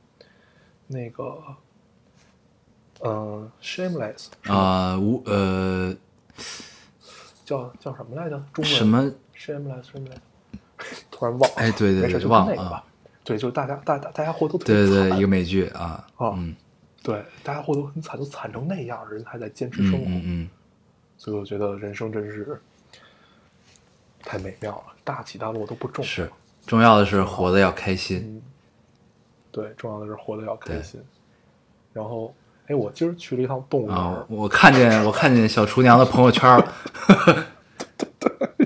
Speaker 2: 那个，嗯、s h a m e l e s s
Speaker 1: 啊，无呃
Speaker 2: 叫叫什么来着？中文
Speaker 1: 什么？
Speaker 2: shameless shameless，突 然忘了。
Speaker 1: 哎对对
Speaker 2: 没事
Speaker 1: 对
Speaker 2: 就
Speaker 1: 忘了
Speaker 2: 看那个
Speaker 1: 啊
Speaker 2: 吧。对，就是大家大大大家活得都特别
Speaker 1: 对对
Speaker 2: 惨
Speaker 1: 对，一个美剧啊，
Speaker 2: 啊
Speaker 1: 嗯
Speaker 2: 对，大家活得很惨，都惨成那样，人还在坚持
Speaker 1: 嗯
Speaker 2: 生活，
Speaker 1: 嗯嗯，
Speaker 2: 所以我觉得人生真是太美妙了，大起大落都不重要。
Speaker 1: 是，重要的是活得要开心，
Speaker 2: 嗯，对，重要的是活得要开
Speaker 1: 对
Speaker 2: 心。然后，哎，我今儿去了一趟动物园儿，
Speaker 1: 啊！我看见我看见小厨娘的朋友圈 了，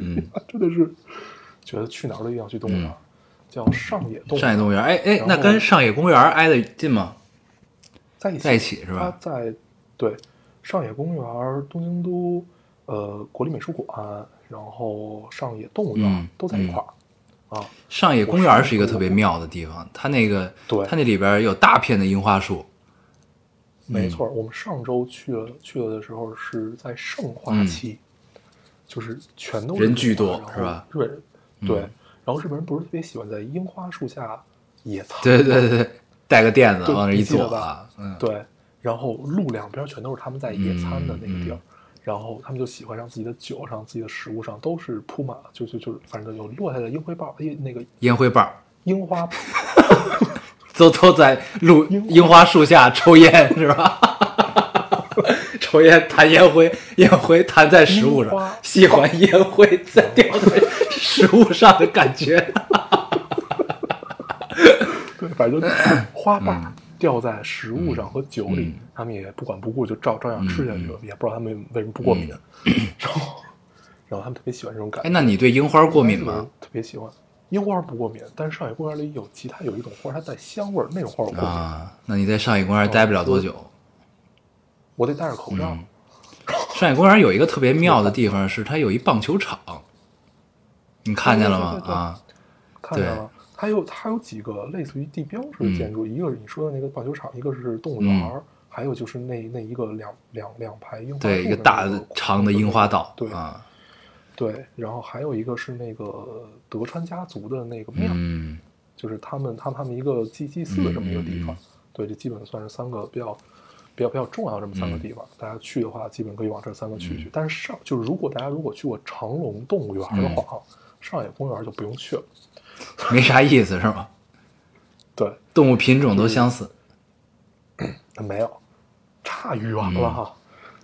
Speaker 1: 嗯，
Speaker 2: 真的是觉得去哪儿都一定要去动物园儿，叫上野动物
Speaker 1: 上野
Speaker 2: 园
Speaker 1: 动
Speaker 2: 儿
Speaker 1: 物园，哎哎
Speaker 2: 然，后
Speaker 1: 那跟上野公园挨得近吗？
Speaker 2: 在一起，
Speaker 1: 在一起是
Speaker 2: 它
Speaker 1: 吧？
Speaker 2: 在对上野公园儿、东京都呃国立美术馆，然后上野动物园儿
Speaker 1: 嗯
Speaker 2: 都在一块儿、啊。
Speaker 1: 上野公园是一个特别妙的地方，它那个
Speaker 2: 对
Speaker 1: 它那里边有大片的樱花树，嗯
Speaker 2: 没错儿，我们上周去了去了的时候是在盛花期，就是全都
Speaker 1: 嗯
Speaker 2: 是
Speaker 1: 人巨多
Speaker 2: 樱花
Speaker 1: 是吧？嗯
Speaker 2: 然后日本人对，然后日本人不是特别喜欢在樱花树下野餐，
Speaker 1: 对对对，带个垫子
Speaker 2: 对
Speaker 1: 往那一
Speaker 2: 你记得
Speaker 1: 坐
Speaker 2: 吧
Speaker 1: 啊，嗯，
Speaker 2: 对然后路两边全都是他们在野餐的那个地儿。
Speaker 1: 嗯
Speaker 2: 然后他们就喜欢让自己的酒上、自己的食物上都是铺满了，就就就是，反正有落下的樱花瓣，樱那个
Speaker 1: 烟灰棒儿
Speaker 2: 樱花，
Speaker 1: 都都在路
Speaker 2: 樱花
Speaker 1: 樱花树下抽烟是吧？ 抽烟弹烟灰，烟灰弹在食物
Speaker 2: 樱
Speaker 1: 上
Speaker 2: 花，
Speaker 1: 喜欢烟灰在掉在食物上的感 觉。
Speaker 2: 对，反正就花瓣
Speaker 1: 嗯
Speaker 2: 儿掉在食物上和酒里，他们也不管不顾，就照照样吃下去
Speaker 1: 嗯
Speaker 2: 了，也不知道他们为什么不过敏。 然后，然后他们特别喜欢这种感
Speaker 1: 哎，
Speaker 2: 觉。嗯
Speaker 1: 那你对樱花过敏吗？？
Speaker 2: 特别喜欢。樱花不过敏，但是上海公园里有其他有一种花，它带香味儿，那种花我过敏，
Speaker 1: 啊，那你在上野公园待不了多久。
Speaker 2: 我得戴着口
Speaker 1: 嗯
Speaker 2: 罩。
Speaker 1: 上野公园有一个特别妙的地方，是它有一棒球场，你看见了吗
Speaker 2: 对对？对对
Speaker 1: 啊，
Speaker 2: 看见了，它有它有几个类似于地标
Speaker 1: 嗯
Speaker 2: 式的建筑，一个是你说的那个棒球场，一个是动物园儿，还有就是那那一个两两两排樱花
Speaker 1: 对，
Speaker 2: 树
Speaker 1: 一个
Speaker 2: 那
Speaker 1: 大
Speaker 2: 个
Speaker 1: 的长的樱花道，
Speaker 2: 对
Speaker 1: 啊，
Speaker 2: 对，然后还有一个是那个德川家族的那个庙，
Speaker 1: 嗯
Speaker 2: 就是他们他们他们一个祭祭祀的这么一个地方。
Speaker 1: 嗯
Speaker 2: 对，这基本算是三个比较比较比较重要的这么三个地方。
Speaker 1: 嗯
Speaker 2: 大家去的话，基本可以往这三个去去。但是上就是如果大家如果去过长隆动物园
Speaker 1: 嗯
Speaker 2: 的话，啊，上野公园就不用去了。
Speaker 1: 没啥意思是吗？
Speaker 2: 对，
Speaker 1: 动物品种都相似，
Speaker 2: 没有，差远
Speaker 1: 嗯
Speaker 2: 了哈。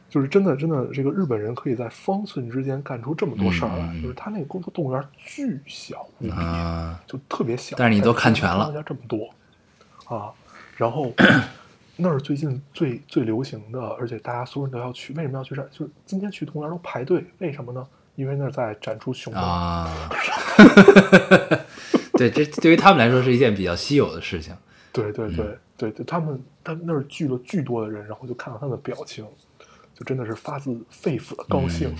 Speaker 2: 就是真的，真的，这个日本人可以在方寸之间干出这么多事儿来，
Speaker 1: 嗯嗯嗯
Speaker 2: 就是他那个公动物园巨小无比，
Speaker 1: 啊，
Speaker 2: 就特别小。
Speaker 1: 但是你都看全了
Speaker 2: 大家这么多啊，然后 那儿最近最最流行的，而且大家所有人都要去，为什么要去这儿？就是今天去动物园都排队，为什么呢？因为那儿在展出熊猫。
Speaker 1: 啊，对，这对于他们来说是一件比较稀有的事情。
Speaker 2: 对对
Speaker 1: 嗯
Speaker 2: 对对对，他们他们那儿聚了巨多的人，然后就看到他们的表情，就真的是发自肺腑的高兴，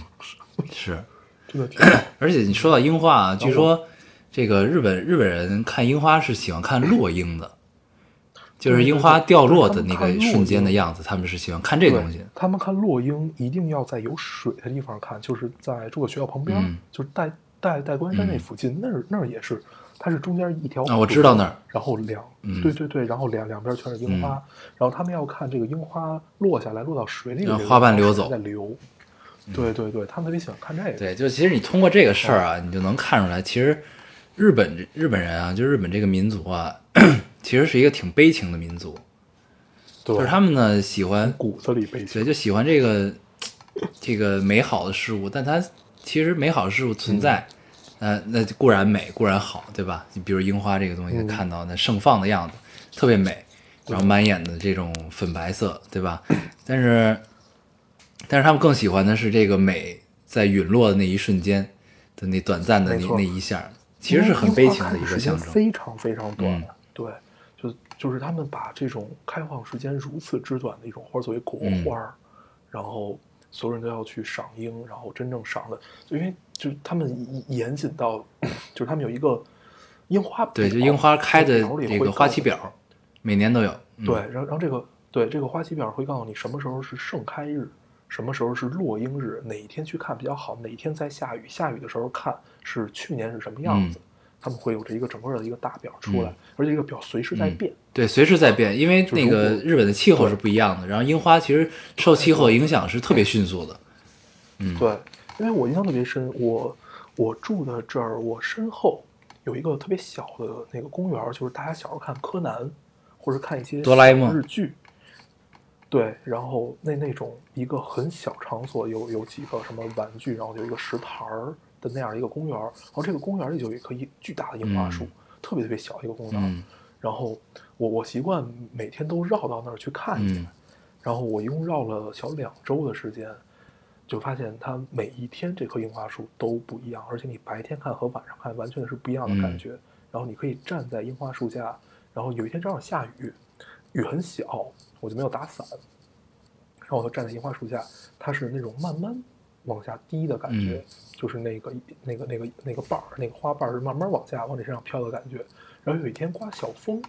Speaker 1: 嗯是，
Speaker 2: 真的挺好。
Speaker 1: 而且你说到樱花啊，据说这个日本日本人看樱花是喜欢看落樱的，就是樱花掉落的那个瞬间的
Speaker 2: 样
Speaker 1: 样子，他们是喜欢看这个东西。
Speaker 2: 他们看落英一定要在有水的地方看，就是在诸葛学校旁边，
Speaker 1: 嗯
Speaker 2: 就是戴戴戴官山那
Speaker 1: 嗯
Speaker 2: 附近，那儿那儿也是，它是中间一条
Speaker 1: 啊我知道那儿，
Speaker 2: 然后两、
Speaker 1: 嗯
Speaker 2: 对对对，然后两两边全是樱花，然后他们要看这个樱花落下来落到水里
Speaker 1: 让
Speaker 2: 的这个
Speaker 1: 花瓣
Speaker 2: 水
Speaker 1: 流走嗯
Speaker 2: 在流。对对对，他们特别喜欢看这个。
Speaker 1: 对，就其实你通过这个事儿啊，你就能看出来，其实日本日本人啊，就日本这个民族啊， 其实是一个挺悲情的民族，
Speaker 2: 对，
Speaker 1: 就是他们呢喜欢，
Speaker 2: 骨子里悲情
Speaker 1: 对，。就喜欢这个这个美好的事物，但它其实美好的事物存在，
Speaker 2: 嗯
Speaker 1: 呃，那固然美，固然好，对吧？你比如樱花这个东西，
Speaker 2: 嗯
Speaker 1: 看到那盛放的样子，特别美，然后满眼的这种粉白色，对吧？但是，但是他们更喜欢的是这个美在陨落的那一瞬间的那短暂的
Speaker 2: 没
Speaker 1: 那
Speaker 2: 错
Speaker 1: 那一下，其实是很悲情的一个象
Speaker 2: 因为樱花开的时
Speaker 1: 征。
Speaker 2: 间非常非常短。
Speaker 1: 嗯
Speaker 2: 对，就就是他们把这种开放时间如此之短的一种花作为国
Speaker 1: 嗯
Speaker 2: 花儿，然后所有人都要去赏樱，然后真正赏的，就因为就是他们严严谨到， 就是他们有一个樱花
Speaker 1: 对，就
Speaker 2: 表
Speaker 1: 樱花开的
Speaker 2: 这个表里
Speaker 1: 这
Speaker 2: 会
Speaker 1: 个花
Speaker 2: 告诉
Speaker 1: 期
Speaker 2: 你
Speaker 1: 表，每年都有。嗯
Speaker 2: 对，然后然后这个对这个花期表会告诉你什么时候是盛开日，什么时候是落英日，哪一天去看比较好，哪一天在下雨，下雨的时候看是去年是什么样子，他们会有这一个整个的一个大表出来，
Speaker 1: 嗯
Speaker 2: 而且这个表随时在变。
Speaker 1: 对，随时在变，因为
Speaker 2: 就
Speaker 1: 那
Speaker 2: 如
Speaker 1: 个
Speaker 2: 果
Speaker 1: 日本的气候是不一样的，然后樱花其实受气候影响是特别迅速的。嗯
Speaker 2: 对，因为我印象特别深，我我住的这儿，我身后有一个特别小的那个公园儿，就是大家小时候看柯南，或者看一些
Speaker 1: 哆啦 A 梦
Speaker 2: 日剧。对，然后那那种一个很小场所，有有几个什么玩具，然后有一个石台儿的那样一个公园儿，然后这个公园里就有一棵一巨大的樱花树，
Speaker 1: 嗯
Speaker 2: 特别特别小一个公园儿。
Speaker 1: 嗯
Speaker 2: 然后我我习惯每天都绕到那儿去看一眼，
Speaker 1: 嗯
Speaker 2: 然后我一共绕了小两周的时间，就发现它每一天这棵樱花树都不一样，而且你白天看和晚上看完全是不一样的
Speaker 1: 嗯
Speaker 2: 感觉。然后你可以站在樱花树下，然后有一天正好下雨，雨很小，我就没有打伞，然后我就站在樱花树下，它是那种慢慢往下滴的感觉，
Speaker 1: 嗯
Speaker 2: 就是那个那个那个那个瓣儿，那个花瓣儿是慢慢往下往你身上飘的感觉。然后有一天刮小风，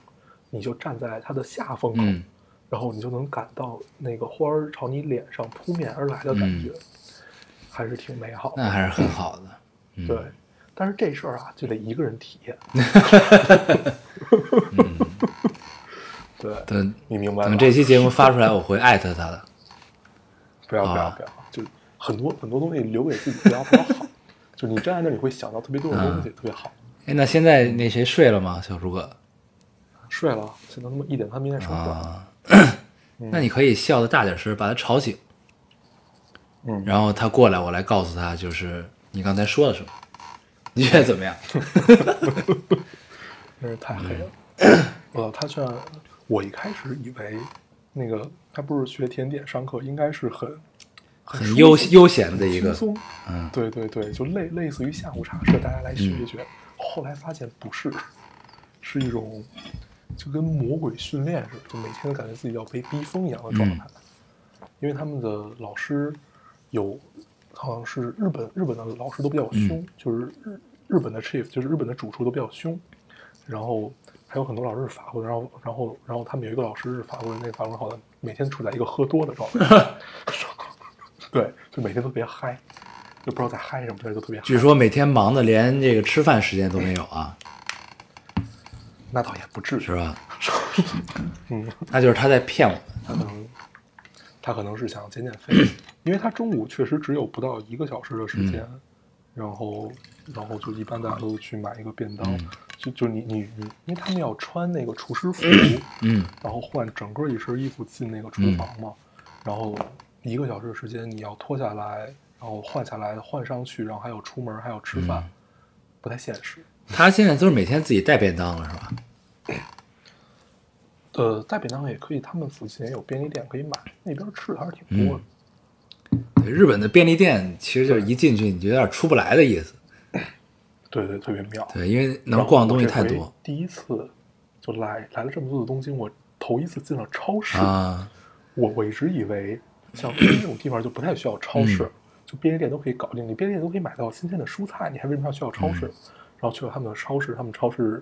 Speaker 2: 你就站在它的下风口，
Speaker 1: 嗯
Speaker 2: 然后你就能感到那个花儿朝你脸上扑面而来的感
Speaker 1: 嗯
Speaker 2: 觉，还是挺美好的。
Speaker 1: 那还是很好的。嗯、
Speaker 2: 对，但是这事儿啊，就得一个人体 验。对，
Speaker 1: 等
Speaker 2: 你明白吧？
Speaker 1: 等嗯这期节目发出来，我会艾特他的。
Speaker 2: 不要不要
Speaker 1: 啊
Speaker 2: 不要，就很多很多东西留给自己比较比较好。 就你站在那儿，你会想到特别多的东西，特别好。
Speaker 1: 哎，那现在那谁睡了吗？小诸葛
Speaker 2: 睡了，现在他妈一点半，明天睡不着。
Speaker 1: 啊，那你可以笑的大点声，把他吵醒，
Speaker 2: 嗯，
Speaker 1: 然后他过来，我来告诉他，就是你刚才说了什么。你觉得怎么 样？
Speaker 2: 真是太黑了。我操，他居然！我一开始以为那个他不是学甜点上课，应该是很
Speaker 1: 很悠悠闲的一
Speaker 2: 轻
Speaker 1: 个，
Speaker 2: 松，
Speaker 1: 嗯，
Speaker 2: 对对对，就类类似于下午茶社，大家来学一学。后来发现不是，是一种就跟魔鬼训练似的，就每天都感觉自己要被逼疯一样的状态。
Speaker 1: 嗯
Speaker 2: 因为他们的老师有，好像是日本日本的老师都比较凶，
Speaker 1: 嗯
Speaker 2: 就是日日本的 chief，就是日本的主厨都比较凶。然后还有很多老师是法国人，然后然后然后他们有一个老师是法国人，那个法国人好像每天处在一个喝多的状态，对，就每天都特别嗨，就不知道在嗨什么，但是就特别嗨。
Speaker 1: 据说每天忙的连这个吃饭时间都没有啊，
Speaker 2: 那倒也不至于，
Speaker 1: 是吧？
Speaker 2: 嗯，
Speaker 1: 那就是他在骗我们。
Speaker 2: 他可能他可能是想减减肥，因为他中午确实只有不到一个小时的时间，然后然后就一般大家都去买一个便当，就就你你你，因为他们要穿那个厨师服，
Speaker 1: 嗯，
Speaker 2: 然后换整个一身衣服进那个厨房嘛，然后一个小时的时间你要脱下来，然后换下来换上去，然后还有出门还有吃
Speaker 1: 嗯
Speaker 2: 饭，不太现实。
Speaker 1: 他现在都是每天自己带便当了，是吧？
Speaker 2: 呃，带便当也可以，他们附近也有便利店可以买，那边吃的还是挺多的。
Speaker 1: 嗯对日本的便利店其实就是一进去你就有点出不来的意思，
Speaker 2: 对对，特别妙。
Speaker 1: 对，因为能逛的东西太
Speaker 2: 然后我
Speaker 1: 多
Speaker 2: 这回第一次就来来了这么多的东京，我头一次进了超市。
Speaker 1: 啊。
Speaker 2: 我我一直以为 像东京这种地方就不太需要超市，
Speaker 1: 嗯
Speaker 2: 就便利店都可以搞定，你便利店都可以买到新鲜的蔬菜，你还为什么要需要超市？
Speaker 1: 嗯
Speaker 2: 然后去了他们的超市，他们超市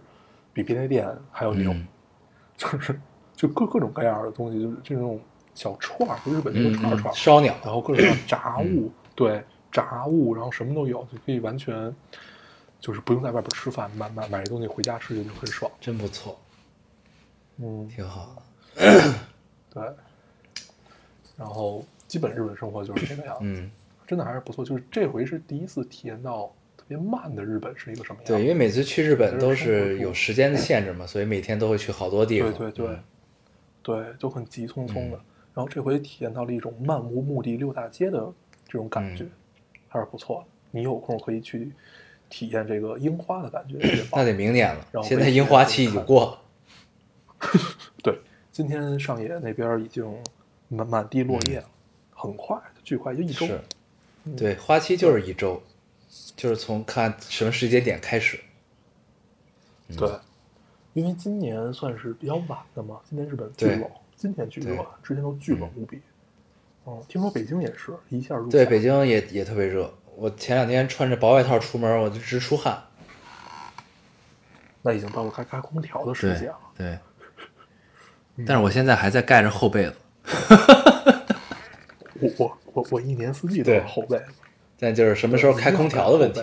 Speaker 2: 比便利店还要牛，
Speaker 1: 嗯
Speaker 2: 就是就各各种各样的东西，就是这种小串儿，日本那个
Speaker 1: 嗯，
Speaker 2: 串儿
Speaker 1: 嗯
Speaker 2: 串儿，
Speaker 1: 烧鸟，
Speaker 2: 然后各种各样的 杂物，对杂物，然后什么都有，就可以完全就是不用在外边吃饭，买买买东西回家吃就就很爽。
Speaker 1: 真不错，
Speaker 2: 嗯，
Speaker 1: 挺好的。
Speaker 2: 对。然后基本日本生活就是这个样子，
Speaker 1: 嗯，
Speaker 2: 真的还是不错。就是这回是第一次体验到特别慢的日本是一个什么样子。
Speaker 1: 对，因为每次去日本都
Speaker 2: 就是是
Speaker 1: 有时间的限制嘛，所以每天都会去好多地方。嗯
Speaker 2: 对对对，对，就很急匆匆的。然后这回体验到了一种漫无目的溜大街的这种感觉，
Speaker 1: 嗯
Speaker 2: 还是不错的。你有空可以去体验这个樱花的感觉，也棒
Speaker 1: 那得明年了，
Speaker 2: 然后
Speaker 1: 现在樱花期已经过了。
Speaker 2: 对。今天上野那边已经满满地落叶了，很快，巨快，就一周。
Speaker 1: 嗯是，
Speaker 2: 嗯
Speaker 1: 对，花期就是一周，就是从看什么时间点开始。
Speaker 2: 对，因为今年算是比较晚的嘛，今年日本巨
Speaker 1: 对
Speaker 2: 冷，今年巨
Speaker 1: 对
Speaker 2: 热，之前都巨冷无比。嗯，听说北京也是一下入
Speaker 1: 对，
Speaker 2: 夏
Speaker 1: 北京也也特别热。我前两天穿着薄外套出门，我就直出汗。
Speaker 2: 那已经到了开开空调的时节了。
Speaker 1: 对，
Speaker 2: 嗯
Speaker 1: 但是我现在还在盖着厚被子，
Speaker 2: 我我我我一年四季都是
Speaker 1: 对
Speaker 2: 后背，
Speaker 1: 但就是什么时候开空调的问题。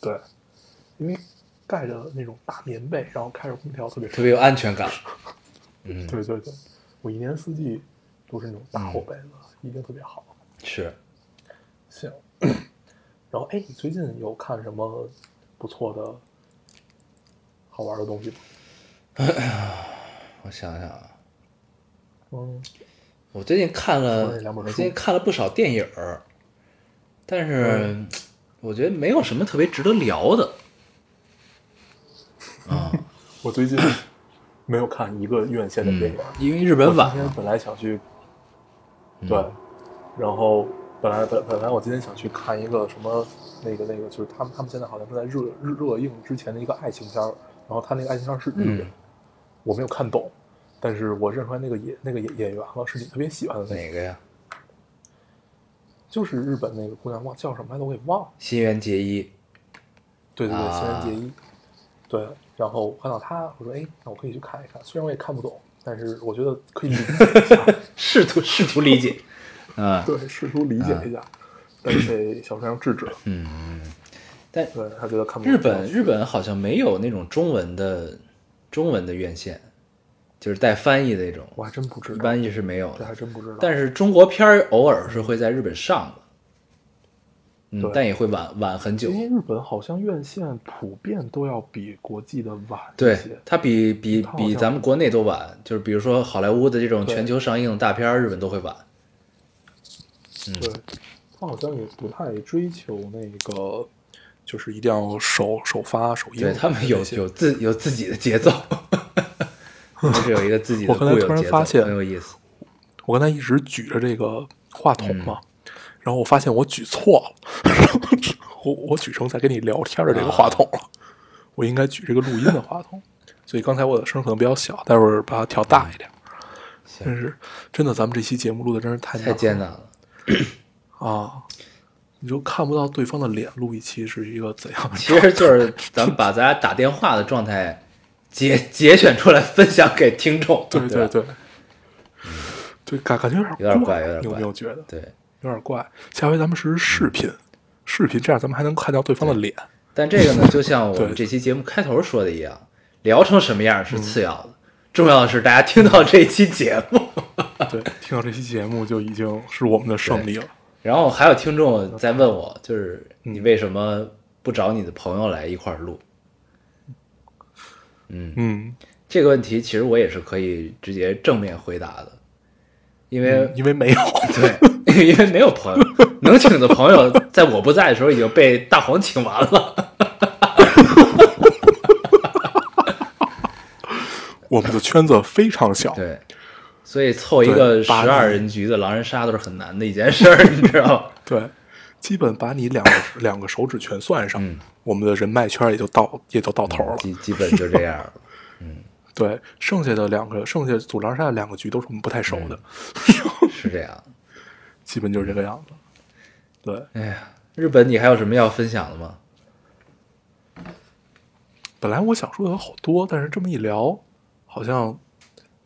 Speaker 2: 对，因为盖着那种大棉被，然后开着空调特别
Speaker 1: 特
Speaker 2: 舒
Speaker 1: 别有安全感。嗯
Speaker 2: 服。，对对对，我一年四季都是那种大后背的，
Speaker 1: 嗯
Speaker 2: 一定特别好。
Speaker 1: 是
Speaker 2: 行， 然后哎，你最近有看什么不错的、好玩的东西吗？
Speaker 1: 我想想啊，
Speaker 2: 嗯，
Speaker 1: 我最近看了
Speaker 2: 我也两，本
Speaker 1: 我
Speaker 2: 书
Speaker 1: 最近看了不少电影儿，但是
Speaker 2: 嗯
Speaker 1: 我觉得没有什么特别值得聊的。啊，
Speaker 2: 我最近没有看一个院线的电
Speaker 1: 嗯
Speaker 2: 影。，
Speaker 1: 因为日本
Speaker 2: 我
Speaker 1: 晚
Speaker 2: 今天
Speaker 1: 了，
Speaker 2: 本来想去，
Speaker 1: 嗯
Speaker 2: 对，然后本来本本来我今天想去看一个什么那个那个，就是他们他们现在好像正在热热热映之前的一个爱情片儿，然后他那个爱情片儿是日语，
Speaker 1: 嗯
Speaker 2: 我没有看懂，但是我认出来那个演那个演演员了，是你特别喜欢的那个，
Speaker 1: 哪个呀？
Speaker 2: 就是日本那个姑娘忘叫什么来着，我给忘了。
Speaker 1: 新垣结衣。
Speaker 2: 对对对，
Speaker 1: 啊
Speaker 2: 新垣结衣。对，然后我看到他，我说哎，那我可以去看一看，虽然我也看不懂，但是我觉得可以理解一下。
Speaker 1: 试 图试图理解，嗯
Speaker 2: 对，试图理解一下，但是被小太阳制止了。
Speaker 1: 嗯，但
Speaker 2: 对他觉得看不
Speaker 1: 日本
Speaker 2: 懂
Speaker 1: 日本好像没有那种中文的中文的院线，就是带翻译的那种，
Speaker 2: 我还真不知
Speaker 1: 一
Speaker 2: 道，
Speaker 1: 般也是没有
Speaker 2: 这还
Speaker 1: 的。
Speaker 2: 真不知道。
Speaker 1: 但是中国片儿偶尔是会在日本上的，嗯
Speaker 2: 对，
Speaker 1: 但也会晚晚很久
Speaker 2: 因。为日本好像院线普遍都要比国际的晚一
Speaker 1: 对
Speaker 2: 些，
Speaker 1: 它比比
Speaker 2: 它好像
Speaker 1: 比咱们国内都晚，就是比如说好莱坞的这种
Speaker 2: 对
Speaker 1: 全球上映的大片儿，日本都会晚。
Speaker 2: 对，他好像也不太追求那个，就是一定要首首发首映。
Speaker 1: 对他们有
Speaker 2: 这些
Speaker 1: 有自有自己的节 奏，他们是有一个自己的
Speaker 2: 我
Speaker 1: 固
Speaker 2: 刚才
Speaker 1: 有节奏，
Speaker 2: 突然发现
Speaker 1: 很有意思。
Speaker 2: 我刚才一直举着这个话
Speaker 1: 嗯
Speaker 2: 筒嘛，然后我发现我举错了， 我我举成在跟你聊天的这个话筒了，我应该举这个录音的话筒，所以刚才我的声可能比较小，待会儿把它调大一点。
Speaker 1: 嗯行
Speaker 2: 但是真的，咱们这期节目录的真是太难
Speaker 1: 太
Speaker 2: 了
Speaker 1: 艰难 了，
Speaker 2: 啊！你就看不到对方的脸，录一期是一个怎样 的？
Speaker 1: 其实就是咱们把咱俩打电话的状态节节选出来，分享给听众。
Speaker 2: 对
Speaker 1: 对吧
Speaker 2: 对，对感感觉有点
Speaker 1: 有点怪有点
Speaker 2: 你有
Speaker 1: 怪嗯
Speaker 2: 没有觉得
Speaker 1: 对
Speaker 2: 有点怪？下回咱们试试视频，视频这样咱们还能看到对方的脸。
Speaker 1: 但这个呢，就像我们
Speaker 2: 对
Speaker 1: 这期节目开头说的一样，聊成什么样是
Speaker 2: 嗯
Speaker 1: 次要的，重要的是大家听到这一期节目。
Speaker 2: 对，听到这期节目就已经是我们的胜利了。
Speaker 1: 然后还有听众在问我，就是你为什么不找你的朋友来一块儿录？
Speaker 2: 嗯，
Speaker 1: 这个问题其实我也是可以直接正面回答的，因为
Speaker 2: 因为没有，
Speaker 1: 对， 因为没有朋友，能请的朋友在我不在的时候已经被大黄请完了。
Speaker 2: 我们的圈子非常小。
Speaker 1: 对，所以凑一个
Speaker 2: 对
Speaker 1: 十
Speaker 2: 八
Speaker 1: 二人局的狼人杀都是很难的一件事儿，你知道吗？
Speaker 2: 对，基本把你两个两个手指全算上，
Speaker 1: 嗯
Speaker 2: 我们的人脉圈也就到也就到 头了。
Speaker 1: 基基本就这样了。
Speaker 2: 对，剩下的两个剩下组狼杀的两个局都是我们不太熟的，
Speaker 1: 嗯是这样。
Speaker 2: 基本就是这个样子。对，
Speaker 1: 哎呀，日本，你还有什么要分享的吗？
Speaker 2: 本来我想说的有好多，但是这么一聊，好像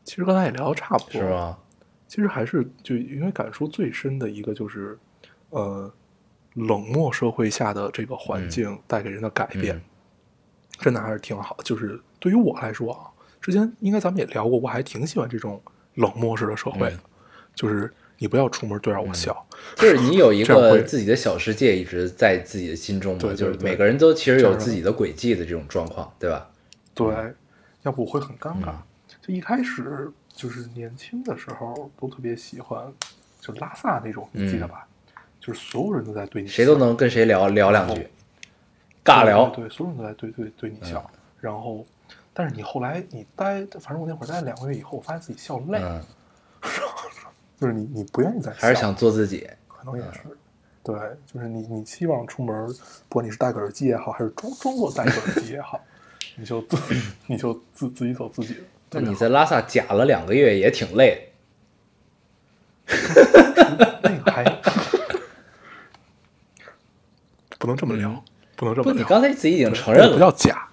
Speaker 2: 其实刚才也聊的差不多，
Speaker 1: 是吧？
Speaker 2: 其实还是就因为感触最深的一个就是，呃，冷漠社会下的这个环境带给人的改变，
Speaker 1: 嗯
Speaker 2: 真的还是挺好。就是对于我来说啊，之前应该咱们也聊过，我还挺喜欢这种冷漠式的社会的，
Speaker 1: 嗯
Speaker 2: 就是你不要出门对着我笑，
Speaker 1: 就是你有一
Speaker 2: 这样
Speaker 1: 个
Speaker 2: 会
Speaker 1: 自己的小世界，一直在自己的心中嘛，
Speaker 2: 对对
Speaker 1: 就是
Speaker 2: 对
Speaker 1: 每个人都其实
Speaker 2: 这
Speaker 1: 有
Speaker 2: 样
Speaker 1: 自己的轨迹的这种状况，对吧？
Speaker 2: 对，要不我会很尴尬。
Speaker 1: 嗯
Speaker 2: 就一开始就是年轻的时候都特别喜欢，就拉萨那种，你记得吧？就是所有人都在对你笑，
Speaker 1: 嗯谁都能跟谁
Speaker 2: 嗯
Speaker 1: 聊聊两句
Speaker 2: 对，
Speaker 1: 尬聊，嗯
Speaker 2: 对，对所有人都在对对对你笑。然后，但是你后来你待，反正我那会儿待了两个月以后，我发现自己笑累，
Speaker 1: 嗯，
Speaker 2: 就是你你不愿意再笑，
Speaker 1: 还是想嗯做自己，
Speaker 2: 可能也是。对，就是你，你希望出门，不管你是戴个耳机也好，还是装装作戴个耳机也好， 你就自你就自自己走自己的。
Speaker 1: 那你在拉萨假了两个月也挺累，
Speaker 2: 那 个还不能这么聊，不能这
Speaker 1: 不，
Speaker 2: 么
Speaker 1: 你
Speaker 2: 聊，
Speaker 1: 刚才自己已经承认
Speaker 2: 那个不
Speaker 1: 了，
Speaker 2: 叫假，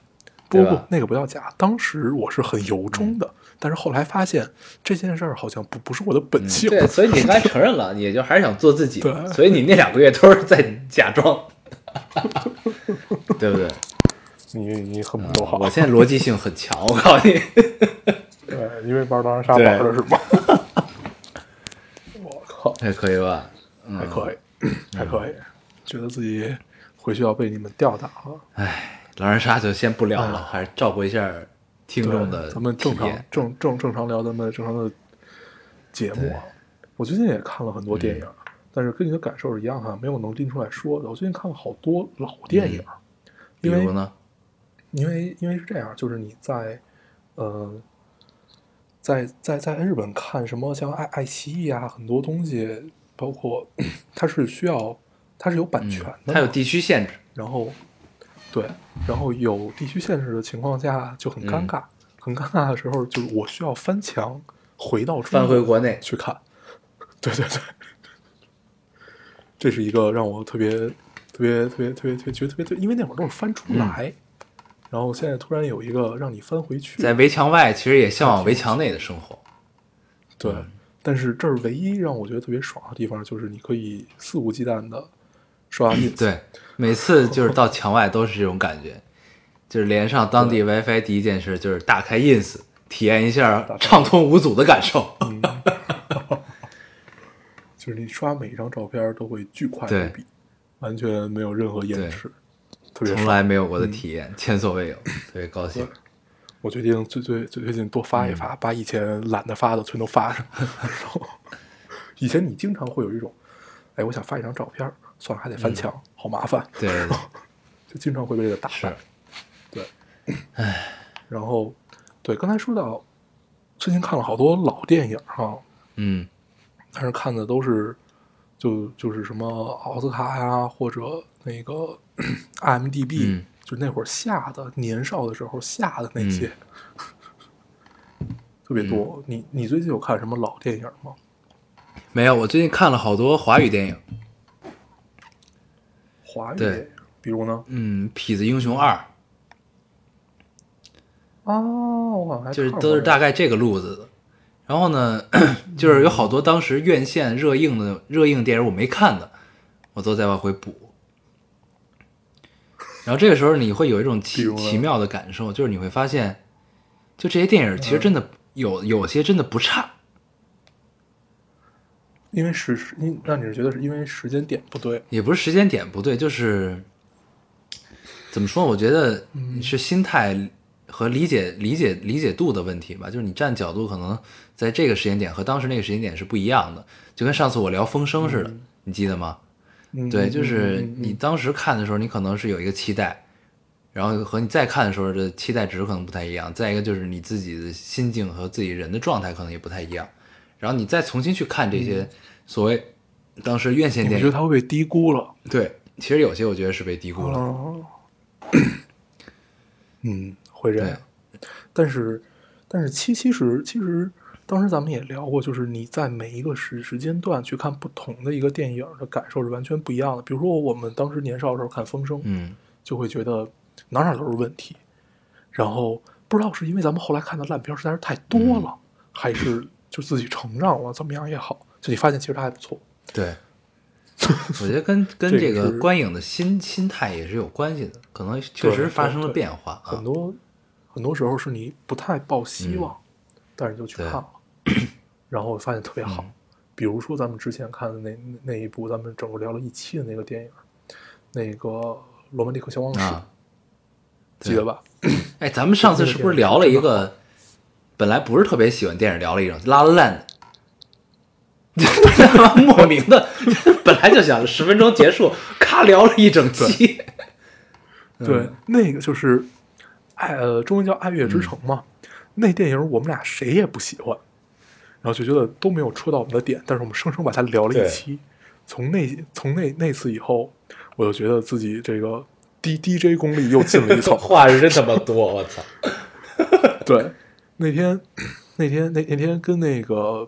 Speaker 2: 不
Speaker 1: 对
Speaker 2: 不
Speaker 1: 吧，嗯
Speaker 2: 那个不叫假。当时我是很由衷的，但是后来发现这件事儿好像不不是我的本性。
Speaker 1: 嗯对，所以你刚才承认了，你也就还是想做自己
Speaker 2: 对，
Speaker 1: 所以你那两个月都是在假装，对不对？
Speaker 2: 你你很不友好，
Speaker 1: 嗯我现在逻辑性很强，我告诉你，
Speaker 2: 对，呃因为玩狼人杀
Speaker 1: 对
Speaker 2: 玩的是吧？ 我靠，
Speaker 1: 还可以吧？
Speaker 2: 还可
Speaker 1: 嗯
Speaker 2: 以，还可以，觉得自己回去要被你们吊打了。
Speaker 1: 狼人杀就先不聊了，还是照顾一下听众
Speaker 2: 对
Speaker 1: 的
Speaker 2: 咱们正
Speaker 1: 体
Speaker 2: 常
Speaker 1: 验
Speaker 2: 正正正常聊咱们正常的节目啊。我最近也看了很多电影，
Speaker 1: 嗯
Speaker 2: 但是跟你的感受是一样哈、没有能拎出来说的。我最近看了好多老电影，
Speaker 1: 嗯比
Speaker 2: 因
Speaker 1: 如
Speaker 2: 为
Speaker 1: 呢？
Speaker 2: 因为因为是这样，就是你在呃在在在日本看什么像爱爱奇艺啊，很多东西，包括 它是需要它是有版权的嘛，
Speaker 1: 嗯它有地区限制，
Speaker 2: 然后，对，然后有地区限制的情况下就很
Speaker 1: 嗯
Speaker 2: 尴尬，很尴尬的时候就是我需要翻墙回到中
Speaker 1: 返回
Speaker 2: 国
Speaker 1: 国内，
Speaker 2: 去看， 对对对，这是一个让我特别特别特别特别特别觉得特别对，因为那会儿都是翻
Speaker 1: 嗯
Speaker 2: 出来，然后现在突然有一个让你翻回去，
Speaker 1: 在围墙外其实也向往围墙内的生活。
Speaker 2: 对，
Speaker 1: 嗯
Speaker 2: 但是这儿唯一让我觉得特别爽的地方就是你可以肆无忌惮的刷 ins，
Speaker 1: 对，每次就是到墙外都是这种感觉，就是连上当地 WiFi 第一件事就是打开 ins，体验一下畅通无阻的感受。
Speaker 2: 就是你刷每一张照片都会巨快
Speaker 1: 对
Speaker 2: 无比，完全没有任何延迟，特别
Speaker 1: 从
Speaker 2: 爽。
Speaker 1: 来没有过的体验，前所未有，特别高兴。
Speaker 2: 我决定最最最最近多发一
Speaker 1: 嗯
Speaker 2: 发，把以前懒得发的全都发上。然后以前你经常会有一种，哎，我想发一张照片，算了，还
Speaker 1: 嗯
Speaker 2: 得翻墙，好麻烦，
Speaker 1: 对，
Speaker 2: 就经常会被这个打
Speaker 1: 是
Speaker 2: 败。对，然后对刚才说到，最近看了好多老电影哈、
Speaker 1: 嗯，
Speaker 2: 但是看的都是就就是什么奥斯卡呀、或者那个 IMDB，、
Speaker 1: 嗯
Speaker 2: 就那会儿下的年少的时候下的那些、特别多。
Speaker 1: 嗯
Speaker 2: 你你最近有看什么老电影吗？
Speaker 1: 没有，我最近看了好多华语电影，
Speaker 2: 华语
Speaker 1: 对
Speaker 2: 电影，比如呢？
Speaker 1: 嗯，《痞子英雄二
Speaker 2: 啊，我好像》还
Speaker 1: 就是
Speaker 2: 看
Speaker 1: 都
Speaker 2: 过
Speaker 1: 是
Speaker 2: 这
Speaker 1: 大概这个路子的。然后呢， 就是有好多当时院线热映的热映电影我没看的，我都在往回补。然后这个时候你会有一种
Speaker 2: 比
Speaker 1: 奇
Speaker 2: 如呢
Speaker 1: 奇妙的感受，就是你会发现，就这些电影其实真
Speaker 2: 嗯
Speaker 1: 的有有些真的不差，
Speaker 2: 因为时时因让你是觉得是因为时间点不对，
Speaker 1: 也不是时间点不对，就是怎么说？我觉得
Speaker 2: 嗯
Speaker 1: 是心态和理解、理解、理解度的问题吧。就是你站角度可能在这个时间点和当时那个时间点是不一样的，就跟上次我聊风声似的，你记得吗？
Speaker 2: 嗯、
Speaker 1: 对，就是
Speaker 2: 嗯嗯嗯
Speaker 1: 你当时看的时候，你可能是有一个期待，然后和你再看的时候的期待值可能不太一样。再一个就是你自己的心境和自己人的状态可能也不太一样。然后你再重新去看这些所谓当时院线
Speaker 2: 你
Speaker 1: 电
Speaker 2: 嗯觉得
Speaker 1: 影，
Speaker 2: 它会被低估了。
Speaker 1: 对，其实有些我觉得是被低估了。
Speaker 2: 哦，嗯，会这样
Speaker 1: 对。
Speaker 2: 但是，但是其其实其实当时咱们也聊过，就是你在每一个时时间段去看不同的一个电影的感受是完全不一样的。比如说我们当时年少的时候看《风声》，
Speaker 1: 嗯，
Speaker 2: 就会觉得哪
Speaker 1: 嗯
Speaker 2: 哪都是问题，然后不知道是因为咱们后来看的烂片实在是太多了，还是就自己成长了，怎么样也好，就你发现其实他还不错。
Speaker 1: 对，我觉得跟跟
Speaker 2: 这
Speaker 1: 这
Speaker 2: 个
Speaker 1: 个
Speaker 2: 是
Speaker 1: 观影的心心态也是有关系的，可能确实发生了变化啊
Speaker 2: 很。多很多时候是你不太抱希望，但是就去
Speaker 1: 嗯对嗯
Speaker 2: 看了，然后发现特别好。比如说咱们之前看的那那那一部，咱们整个聊了一期的那个电影，那个《罗曼蒂克消亡史》
Speaker 1: 啊，
Speaker 2: 记得吧？
Speaker 1: 哎，咱们上次是不是聊了一个本来不是特别喜欢电影，聊了一种《拉拉 land》，莫名的， 本来就想十分钟结束，咔聊了一整期。
Speaker 2: 对，那个就是《爱》呃，中文叫《爱乐之城》嘛。那电影我们俩谁也不喜欢，然后就觉得都没有戳到我们的点，但是我们生生把它聊了
Speaker 1: 对
Speaker 2: 一期。从那从那那次以后，我就觉得自己这个 D D J 功力又进了一层。
Speaker 1: 话是真他妈多， 我操！
Speaker 2: 对，那天那天那那天跟那个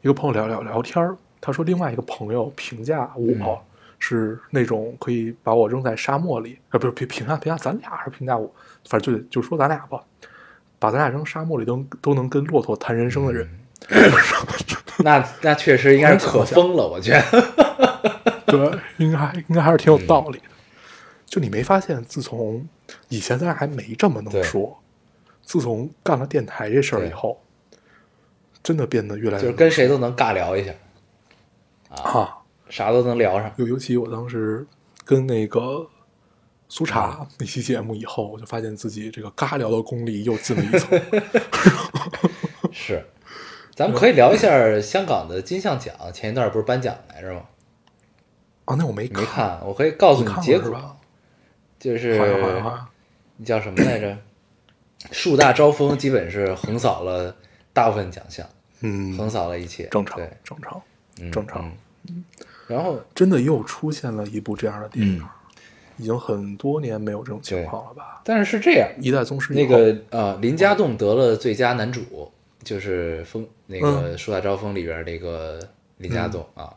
Speaker 2: 一个朋友聊聊聊天儿，他说另外一个朋友评价我、
Speaker 1: 嗯
Speaker 2: 是那种可以把我扔在沙漠里，啊，不是评评价评价咱俩还是评价我，反正就就说咱俩吧，把咱俩扔沙漠里都能都能跟骆驼谈人生的人，
Speaker 1: 那那确实应该是可疯了，我觉得。嗯
Speaker 2: 对，应该还应该还是挺有道理的。就你没发现，自从以前咱俩还没这么
Speaker 1: 对
Speaker 2: 能说，自从干了电台这事儿
Speaker 1: 对
Speaker 2: 以后，真的变得越来越
Speaker 1: 就是跟谁都能尬聊一下，
Speaker 2: 啊。
Speaker 1: 啥都能聊上。
Speaker 2: 尤尤其我当时跟那个苏
Speaker 1: 啊
Speaker 2: 茶那期节目以后，我就发现自己这个尬聊的功力又进了一 层。
Speaker 1: 是，咱们可以聊一下香港的金像奖，前一段不是颁奖来着吗？
Speaker 2: 啊，那我没
Speaker 1: 你没
Speaker 2: 看，
Speaker 1: 看，我可以告诉
Speaker 2: 你看过
Speaker 1: 结
Speaker 2: 是
Speaker 1: 果
Speaker 2: 吧，
Speaker 1: 就是嗯
Speaker 2: 好像好像好像
Speaker 1: 你叫什么来着？树大招风，基本是横扫了大部分奖项，横
Speaker 2: 嗯，
Speaker 1: 扫了一切。
Speaker 2: 正常
Speaker 1: 对，
Speaker 2: 正常，
Speaker 1: 嗯
Speaker 2: 正常
Speaker 1: 嗯然后
Speaker 2: 真的又出现了一部这样的电影，
Speaker 1: 嗯
Speaker 2: 已经很多年没有这种情况了吧？
Speaker 1: 但是是这样，
Speaker 2: 一代宗师以
Speaker 1: 那
Speaker 2: 后
Speaker 1: 个呃，林家栋得了最佳男主，就是风那
Speaker 2: 嗯
Speaker 1: 个《树大招风》里边那个林家栋啊，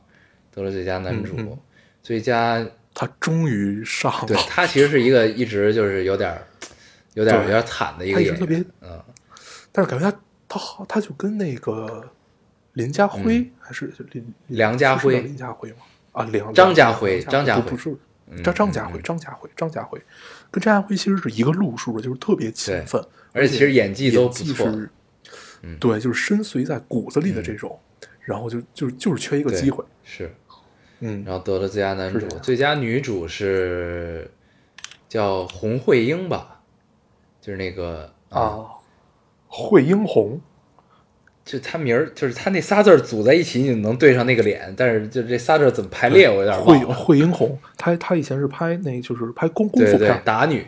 Speaker 1: 得了最佳男主，
Speaker 2: 嗯嗯
Speaker 1: 最佳
Speaker 2: 他终于上 了，
Speaker 1: 对他其实是一个一直就是有点儿有点儿有
Speaker 2: 对
Speaker 1: 点儿惨的一
Speaker 2: 他
Speaker 1: 个
Speaker 2: 一直
Speaker 1: 演
Speaker 2: 特
Speaker 1: 员，
Speaker 2: 别，
Speaker 1: 嗯，
Speaker 2: 但是感觉他他好，他就跟那个林家辉、还是林
Speaker 1: 嗯梁家辉
Speaker 2: 是叫林家辉吗？啊，梁
Speaker 1: 张家辉
Speaker 2: 梁
Speaker 1: 张家辉
Speaker 2: 不不是
Speaker 1: 嗯
Speaker 2: 张张家辉，张家辉，张家辉，跟张家辉其实是一个路数的，就是特别勤奋，
Speaker 1: 而且其实演技
Speaker 2: 技
Speaker 1: 都不错嗯
Speaker 2: 是，对，就是深邃在骨子里的这种，然后就就就是缺一个
Speaker 1: 对
Speaker 2: 机会，
Speaker 1: 是，
Speaker 2: 嗯，
Speaker 1: 然后得了最佳男
Speaker 2: 是
Speaker 1: 主
Speaker 2: 这，样
Speaker 1: 最佳女主是叫洪慧英吧，就是那个
Speaker 2: 啊，惠英红，
Speaker 1: 就他名儿，就是他那仨字儿组在一起，你能对上那个脸，但是就这仨字儿怎么排列，我有点
Speaker 2: 惠
Speaker 1: 忘了。
Speaker 2: 惠英红，她她以前是拍那就是拍功功
Speaker 1: 对
Speaker 2: 夫
Speaker 1: 对
Speaker 2: 片
Speaker 1: 对，，打女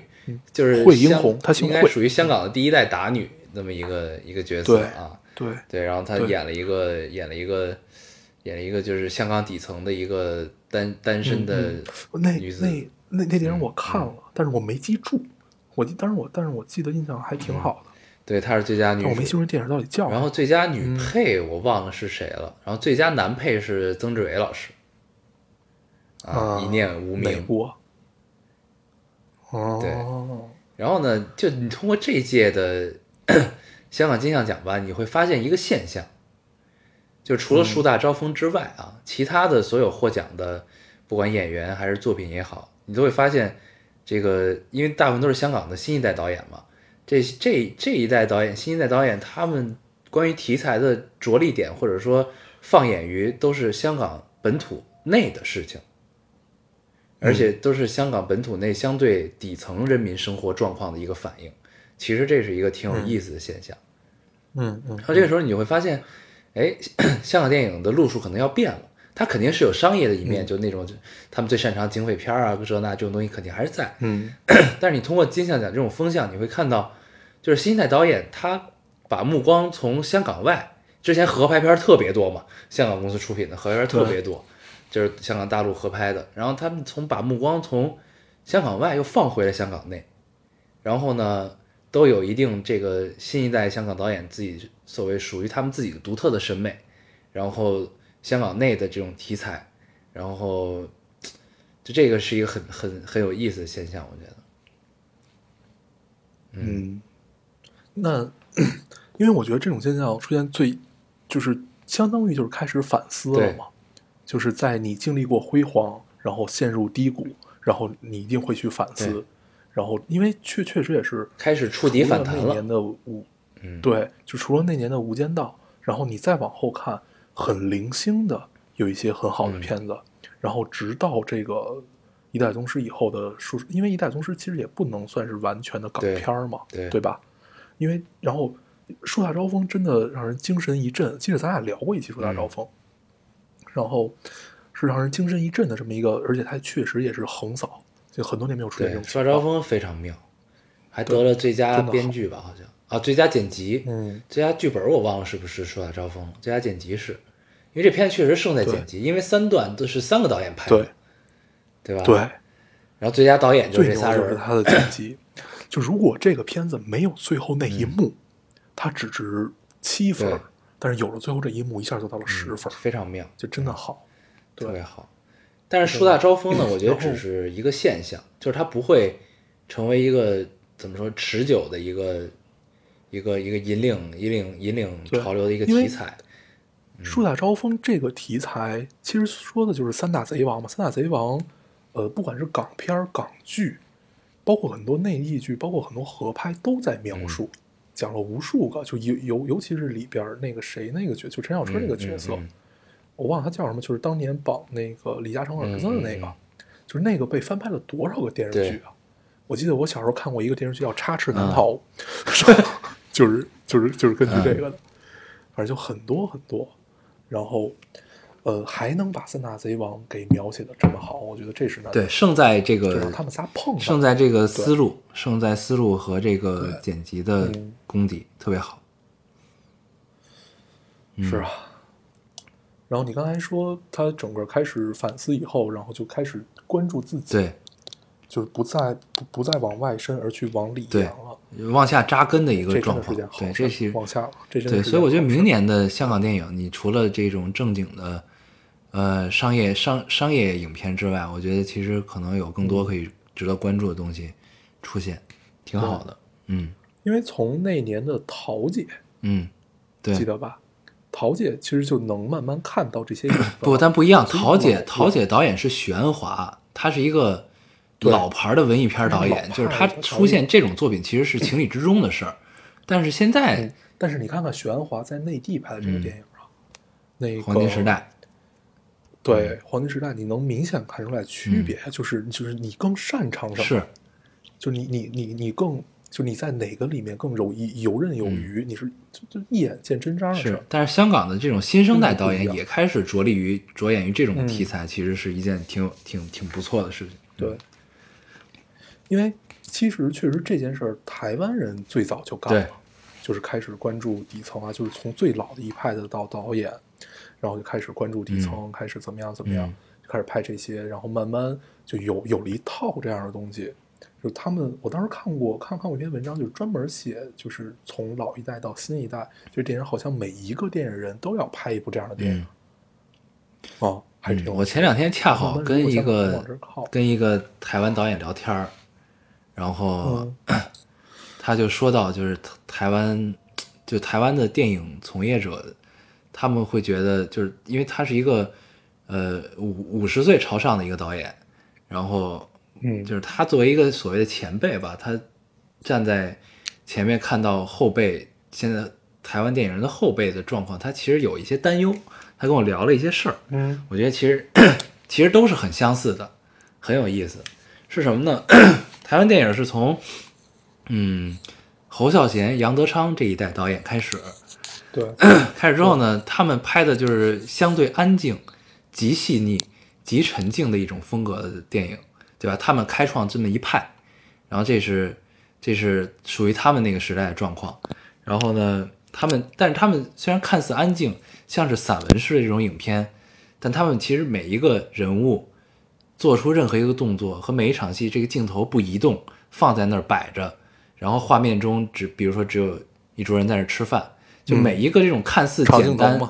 Speaker 1: 就是
Speaker 2: 惠英
Speaker 1: 香
Speaker 2: 红她姓
Speaker 1: 应该
Speaker 2: 惠
Speaker 1: 属于香港的第一代打女那么一个一个角色
Speaker 2: 对
Speaker 1: 啊。
Speaker 2: 对，
Speaker 1: 对，然后她
Speaker 2: 对
Speaker 1: 演了一个演了一个演了一个就是香港底层的一个单单
Speaker 2: 嗯
Speaker 1: 身的
Speaker 2: 那
Speaker 1: 女子嗯
Speaker 2: 那那那电影我看了，但是我没记住，我记但是我但是我记得印象还挺好的，
Speaker 1: 对，她是最佳女
Speaker 2: 哦但我没嗯记
Speaker 1: 主。
Speaker 2: 住电影到底叫
Speaker 1: 嗯然
Speaker 2: 啥。
Speaker 1: 后最佳女配我忘了是谁了，然后最佳男配是曾志伟老师，啊，
Speaker 2: 啊
Speaker 1: 一念无
Speaker 2: 美
Speaker 1: 名。
Speaker 2: 国。哦，
Speaker 1: 然后呢，就你通过这一届的 香港金像奖吧，你会发现一个现象，就除了树大招风之外啊，其他的所有获奖的，不管演员还是作品也好，你都会发现，这个因为大部分都是香港的新一代导演嘛，这这这一代导演、新一代导演，他们关于题材的着力点，或者说放眼于都是香港本土内的事情。而且都是香港本土内相对底层人民生活状况的一个反应。其实这是一个挺有意思的现象。
Speaker 2: 嗯嗯，
Speaker 1: 然后这个时候你就会发现，哎， 香港电影的路数可能要变了。它肯定是有商业的一面，就那种就他们最擅长警匪片啊，这那这种东西肯定还是在。
Speaker 2: 嗯，
Speaker 1: 但是你通过金像奖这种风向，你会看到，就是新一代导演他把目光从香港外，之前合拍片儿特别多嘛，香港公司出品的合拍片儿特别多，就是香港大陆合拍的。然后他们从把目光从香港外又放回了香港内，然后呢，都有一定这个新一代香港导演自己所谓属于他们自己的独特的审美，然后香港内的这种题材，然后就这个是一个很很很有意思的现象，我觉得。
Speaker 2: 嗯嗯，那 因为我觉得这种现象出现最，就是相当于就是开始反思了
Speaker 1: 对
Speaker 2: 嘛，就是在你经历过辉煌，然后陷入低谷，然后你一定会去反思
Speaker 1: 对，
Speaker 2: 然后因为确确实也是
Speaker 1: 开始触底反弹
Speaker 2: 除了那
Speaker 1: 了
Speaker 2: 年。的无，
Speaker 1: 嗯，
Speaker 2: 对，就除了那年的《无间道》，然后你再往后看，很零星的有一些很好的
Speaker 1: 嗯
Speaker 2: 片子，然后直到这个《一代宗师》以后的数，因为《一代宗师》其实也不能算是完全的港
Speaker 1: 对
Speaker 2: 片儿嘛，
Speaker 1: 对
Speaker 2: 吧？因为然后《树大招风》真的让人精神一振，记得咱俩聊过一期《树大
Speaker 1: 嗯
Speaker 2: 招风》然后是让人精神一振的这么一个，而且它确实也是横扫，就很多年没有出现
Speaker 1: 对，
Speaker 2: 这种
Speaker 1: 刷
Speaker 2: 情
Speaker 1: 招
Speaker 2: 况。
Speaker 1: 风非常妙，还得了最佳
Speaker 2: 真的好
Speaker 1: 编剧吧，好像啊，最佳剪辑，
Speaker 2: 嗯，
Speaker 1: 最佳剧本我忘了是不是《树大招风》了，最佳剪辑是，因为这片确实胜在
Speaker 2: 对
Speaker 1: 剪辑，因为三段都是三个导演拍的，
Speaker 2: 对
Speaker 1: 对吧？
Speaker 2: 对。
Speaker 1: 然后最佳导演就
Speaker 2: 最
Speaker 1: 这
Speaker 2: 牛
Speaker 1: 仨
Speaker 2: 就是
Speaker 1: 人，
Speaker 2: 它的剪辑。就如果这个片子没有最后那一幕，它只值七分
Speaker 1: 嗯对
Speaker 2: 儿，但是有了最后这一幕，一下就到了十分儿，
Speaker 1: 嗯非常妙，
Speaker 2: 就真的好。
Speaker 1: 特
Speaker 2: 对
Speaker 1: 别好。但是树大招 风呢，我觉得
Speaker 2: 然后
Speaker 1: 只是一个现象，就是它不会成为一个怎么说持久的一个一个一个引领引领引领
Speaker 2: 对
Speaker 1: 潮流的一个
Speaker 2: 因为
Speaker 1: 题材。嗯
Speaker 2: 树大招风这个题材，其实说的就是三大贼王嘛。三大贼王，呃，不管是港片儿、港剧，包括很多内地剧，包括很多合拍，都在
Speaker 1: 嗯
Speaker 2: 描述，讲了无数个。就尤尤尤其是里边儿那个谁那个角，就陈小春那个
Speaker 1: 嗯
Speaker 2: 角色，
Speaker 1: 嗯嗯
Speaker 2: 我忘了他叫什么，就是当年绑那个李嘉诚儿子的那
Speaker 1: 嗯嗯
Speaker 2: 个，
Speaker 1: 嗯
Speaker 2: 就是那个被翻拍了多少个电视剧啊！我记得我小时候看过一个电视剧叫《插
Speaker 1: 嗯
Speaker 2: 翅难逃》 就是就是就是根据这个
Speaker 1: 嗯
Speaker 2: 的，反正就很多很多。然后，呃，还能把三大贼王给描写的这么好，我觉得这是难得
Speaker 1: 对，，胜在这
Speaker 2: 就
Speaker 1: 个
Speaker 2: 是他们仨碰
Speaker 1: 胜
Speaker 2: 上，
Speaker 1: 在这个思路，胜在思路和这个
Speaker 2: 对
Speaker 1: 剪辑的
Speaker 2: 嗯
Speaker 1: 功底特别好。
Speaker 2: 是啊。
Speaker 1: 嗯
Speaker 2: 然后你刚才说他整个开始反思以后，然后就开始关注自己，
Speaker 1: 对，
Speaker 2: 就是不再不不再往外伸，而去往里
Speaker 1: 对
Speaker 2: 扬了。
Speaker 1: 往下扎根的一
Speaker 2: 这
Speaker 1: 个
Speaker 2: 真
Speaker 1: 状
Speaker 2: 的是
Speaker 1: 况
Speaker 2: 件好。
Speaker 1: 对，
Speaker 2: 事
Speaker 1: 这
Speaker 2: 儿
Speaker 1: 是
Speaker 2: 往下，这真的
Speaker 1: 对，
Speaker 2: 是
Speaker 1: 所以我觉
Speaker 2: 件
Speaker 1: 得
Speaker 2: 好事
Speaker 1: 明年的香港电影，你除了这种正经的，呃，商业商商业影片之外，我觉得其实可能有更多可以值得关注的东西出现，挺好的。嗯
Speaker 2: 因为从那年的桃姐
Speaker 1: 嗯，
Speaker 2: 记
Speaker 1: 对。
Speaker 2: 得吧？桃姐其实就能慢慢看到这些影子
Speaker 1: 不，但不一样。
Speaker 2: 所以
Speaker 1: 桃姐
Speaker 2: 我，
Speaker 1: 桃姐导演是玄华，她是一个
Speaker 2: 对
Speaker 1: 老牌的文艺片导
Speaker 2: 她是
Speaker 1: 演，
Speaker 2: 老
Speaker 1: 就是她
Speaker 2: 牌的导
Speaker 1: 出现这种作品其实是情理之中的事儿。但是现在
Speaker 2: 嗯但是你看看许鞍华在内地拍的这个
Speaker 1: 嗯
Speaker 2: 电影啊，那个
Speaker 1: 黄金时代，嗯
Speaker 2: 对黄金时代，你能明显看出来区别，就是就是你更擅长什么？
Speaker 1: 是，
Speaker 2: 就你你你你更就你在哪个里面更有一游刃有余？你是就就一眼见真章的啊事
Speaker 1: 嗯是
Speaker 2: 儿，，
Speaker 1: 但是香港的这种新生代导
Speaker 2: 真嗯的不
Speaker 1: 演
Speaker 2: 一样嗯
Speaker 1: 也开始着力于着眼于这种题材，其实是一件挺有挺挺不错的事情。
Speaker 2: 对。因为其实确实这件事儿，台湾人最早就干了
Speaker 1: 对，
Speaker 2: 就是开始关注底层啊，就是从最老的一派的到导演，然后就开始关注底层，开始怎么样怎么样，
Speaker 1: 嗯
Speaker 2: 就开始拍这些，然后慢慢就有有了一套这样的东西。就他们，我当时看过看看过一篇文章，就是专门写，就是从老一代到新一代，就是电影好像每一个电影人都要拍一部这样的电影，
Speaker 1: 嗯
Speaker 2: 哦，还是挺有
Speaker 1: 我前两天恰好
Speaker 2: 慢慢
Speaker 1: 跟
Speaker 2: 如果
Speaker 1: 一
Speaker 2: 香港
Speaker 1: 个
Speaker 2: 往这儿靠
Speaker 1: 跟一个台湾导演聊天儿，然后
Speaker 2: 嗯
Speaker 1: 他就说到，就是台台湾，就台湾的电影从业者，他们会觉得，就是因为他是一个呃五五十岁朝上的一个导演，然后
Speaker 2: 嗯
Speaker 1: 就是他作为一个所谓的前辈吧，他站在前面看到后辈现在台湾电影人的后辈的状况，他其实有一些担忧。他跟我聊了一些事儿，
Speaker 2: 嗯
Speaker 1: 我觉得其实 其实都是很相似的，很有意思。是什么呢？ 台湾电影是从嗯侯孝贤、杨德昌这一代导演开始，
Speaker 2: 对。
Speaker 1: 开始之后呢，他们拍的就是相对安静、极细腻、极沉静的一种风格的电影，对吧？他们开创这么一派，然后这是这是属于他们那个时代的状况。然后呢，他们但是他们虽然看似安静，像是散文式的这种影片，但他们其实每一个人物做出任何一个动作和每一场戏，这个镜头不移动，放在那儿摆着，然后画面中只比如说只有一桌人在那儿吃饭，就
Speaker 2: 嗯
Speaker 1: 每一个这种看似
Speaker 2: 长
Speaker 1: 简
Speaker 2: 镜头
Speaker 1: 单、
Speaker 2: 嘛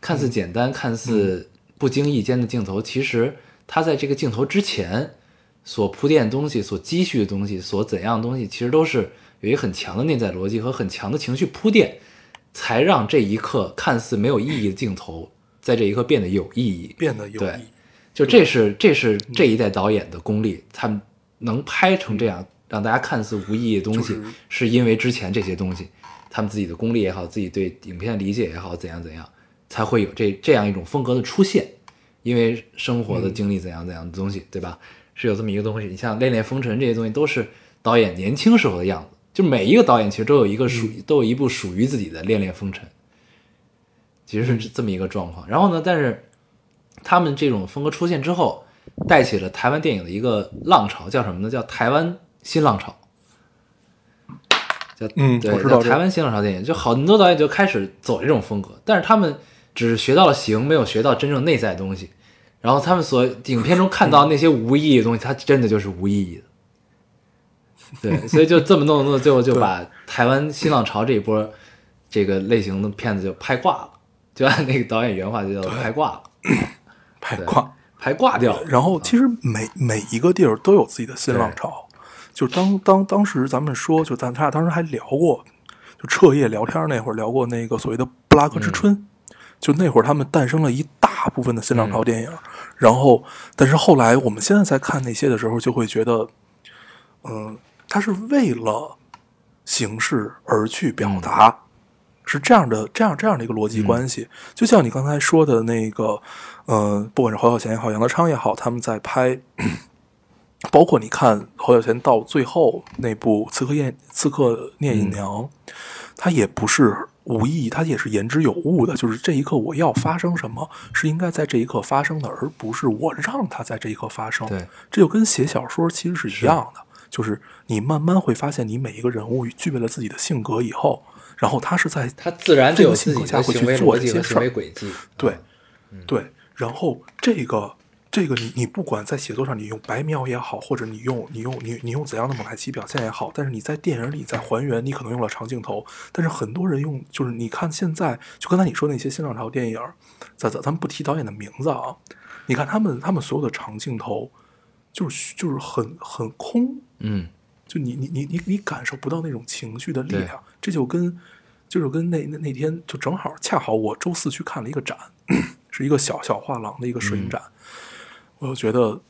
Speaker 1: 看似简单、看似不经意间的镜头，其实它在这个镜头之前所铺垫的东西、所积蓄的东西、所怎样的东西，其实都是有一个很强的内在逻辑和很强的情绪铺垫，才让这一刻看似没有意义的镜头，在这一刻变得有意义。
Speaker 2: 变得有意
Speaker 1: 对
Speaker 2: 义。
Speaker 1: 就这是这是
Speaker 2: 嗯
Speaker 1: 这一代导演的功力，他们能拍成这样让大家看似无意义的东西，
Speaker 2: 嗯就是
Speaker 1: 是因为之前这些东西，他们自己的功力也好，自己对影片的理解也好，怎样怎样，才会有这这样一种风格的出现。因为生活
Speaker 2: 嗯
Speaker 1: 的经历怎样怎样的东西，对吧？是有这么一个东西。你像《恋恋风尘》这些东西，都是导演年轻时候的样子。就每一个导演其实都有
Speaker 2: 嗯
Speaker 1: 一个属，都有一部属于自己的《恋恋风尘》，其实是这么一个状况。然后呢，但是他们这种风格出现之后，带起了台湾电影的一个浪潮，叫什么呢？叫台湾新浪潮。叫
Speaker 2: 嗯
Speaker 1: 对，
Speaker 2: 我知
Speaker 1: 叫
Speaker 2: 道这
Speaker 1: 台湾新浪潮电影，就很多导演就开始走这种风格，但是他们只是学到了形，没有学到真正内在的东西。然后他们所影片中看到那些无意义的东西，它真的就是无意义的。对，所以就这么弄弄，最后就把台湾新浪潮这一波这个类型的片子就拍挂了，就按那个导演原话就叫拍挂了，
Speaker 2: 拍
Speaker 1: 对
Speaker 2: 挂。
Speaker 1: 拍挂掉了。
Speaker 2: 然后其实每每一个地儿都有自己的新浪潮，就当当当时咱们说，就咱他俩当时还聊过，就彻夜聊天那会儿聊过那个所谓的布拉格之春，就那会儿他们诞生了一大部分的新浪潮电影，然后但是后来我们现在在看那些的时候，就会觉得，嗯、他是为了形式而去表达。是这样的，这样这样的一个逻辑关系，就像你刚才说的那个，呃，不管是侯孝贤也好，杨德昌也好，他们在拍， 包括你看侯孝贤到最后那部《刺客聂刺客聂隐娘》他也不是无意义，他也是言之有物的，就是这一刻我要发生什么，是应该在这一刻发生的，而不是我让它在这一刻发生。
Speaker 1: 对，
Speaker 2: 这就跟写小说其实是一样的，就是你慢慢会发现，你每一个人物具备了自己的性格以后，然后他是在
Speaker 1: 他自然就有自己
Speaker 2: 这
Speaker 1: 的
Speaker 2: 个性格下会去
Speaker 1: 行为
Speaker 2: 做
Speaker 1: 逻
Speaker 2: 这
Speaker 1: 辑
Speaker 2: 些
Speaker 1: 和
Speaker 2: 事
Speaker 1: 行
Speaker 2: 儿
Speaker 1: 为轨迹。
Speaker 2: 对，对，然后这个这个你你不管在写作上你用白描也好，或者你用你用你你用怎样的蒙太奇表现也好，但是你在电影里在还原，你可能用了长镜头，但是很多人用就是你看现在就刚才你说那些新浪潮电影，咱咱咱们不提导演的名字啊，你看他们他们所有的长镜头就是就是很很空，
Speaker 1: 嗯，
Speaker 2: 就你你你你你感受不到那种情绪的力
Speaker 1: 对
Speaker 2: 量，这就跟就是跟那那那天就正好恰好我周四去看了一个展， 是一个小小画廊的一个摄影展，我就觉得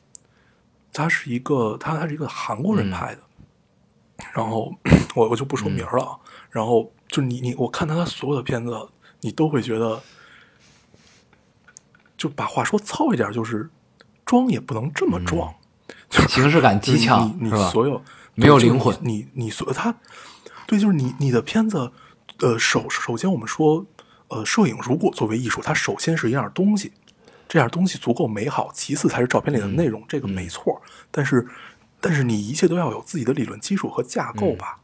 Speaker 2: 他是一个他他是一个韩国人拍的，然后 我我就不说名儿了，啊，然后就你你我看他他所有的片子，你都会觉得就把话说糙一点，就是装也不能这么装。
Speaker 1: 形式感极强
Speaker 2: 你
Speaker 1: 是
Speaker 2: 你
Speaker 1: 吧？
Speaker 2: 所有
Speaker 1: 没有
Speaker 2: 对就是
Speaker 1: 灵魂
Speaker 2: 你你你所他，对，就是你你的片子，呃，首首先我们说，呃，摄影如果作为艺术，它首先是一样东西，这样东西足够美好，其次才是照片里
Speaker 1: 嗯
Speaker 2: 的内容，这个没错。但是，但是你一切都要有自己的理论基础和架构
Speaker 1: 嗯
Speaker 2: 吧。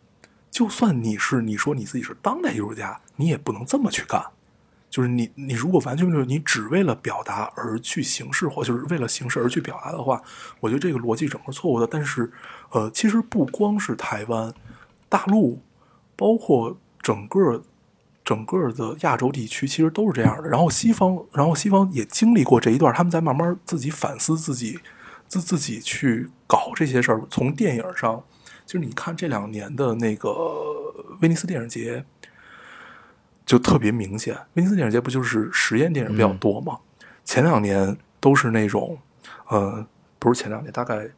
Speaker 2: 就算你是你说你自己是当代艺术家，你也不能这么去干。就是你，你如果完全就是你只为了表达而去形式化，就是为了形式而去表达的话，我觉得这个逻辑整个错误的。但是，呃，其实不光是台湾、大陆，包括整个整个的亚洲地区，其实都是这样的。然后西方，然后西方也经历过这一段，他们在慢慢自己反思自己，自自己去搞这些事儿。从电影上，就是你看这两年的那个呃威尼斯电影节，就特别明显。威尼斯电影节不就是实验电影比较多吗？前两年都是那种，呃，不是前两年，大概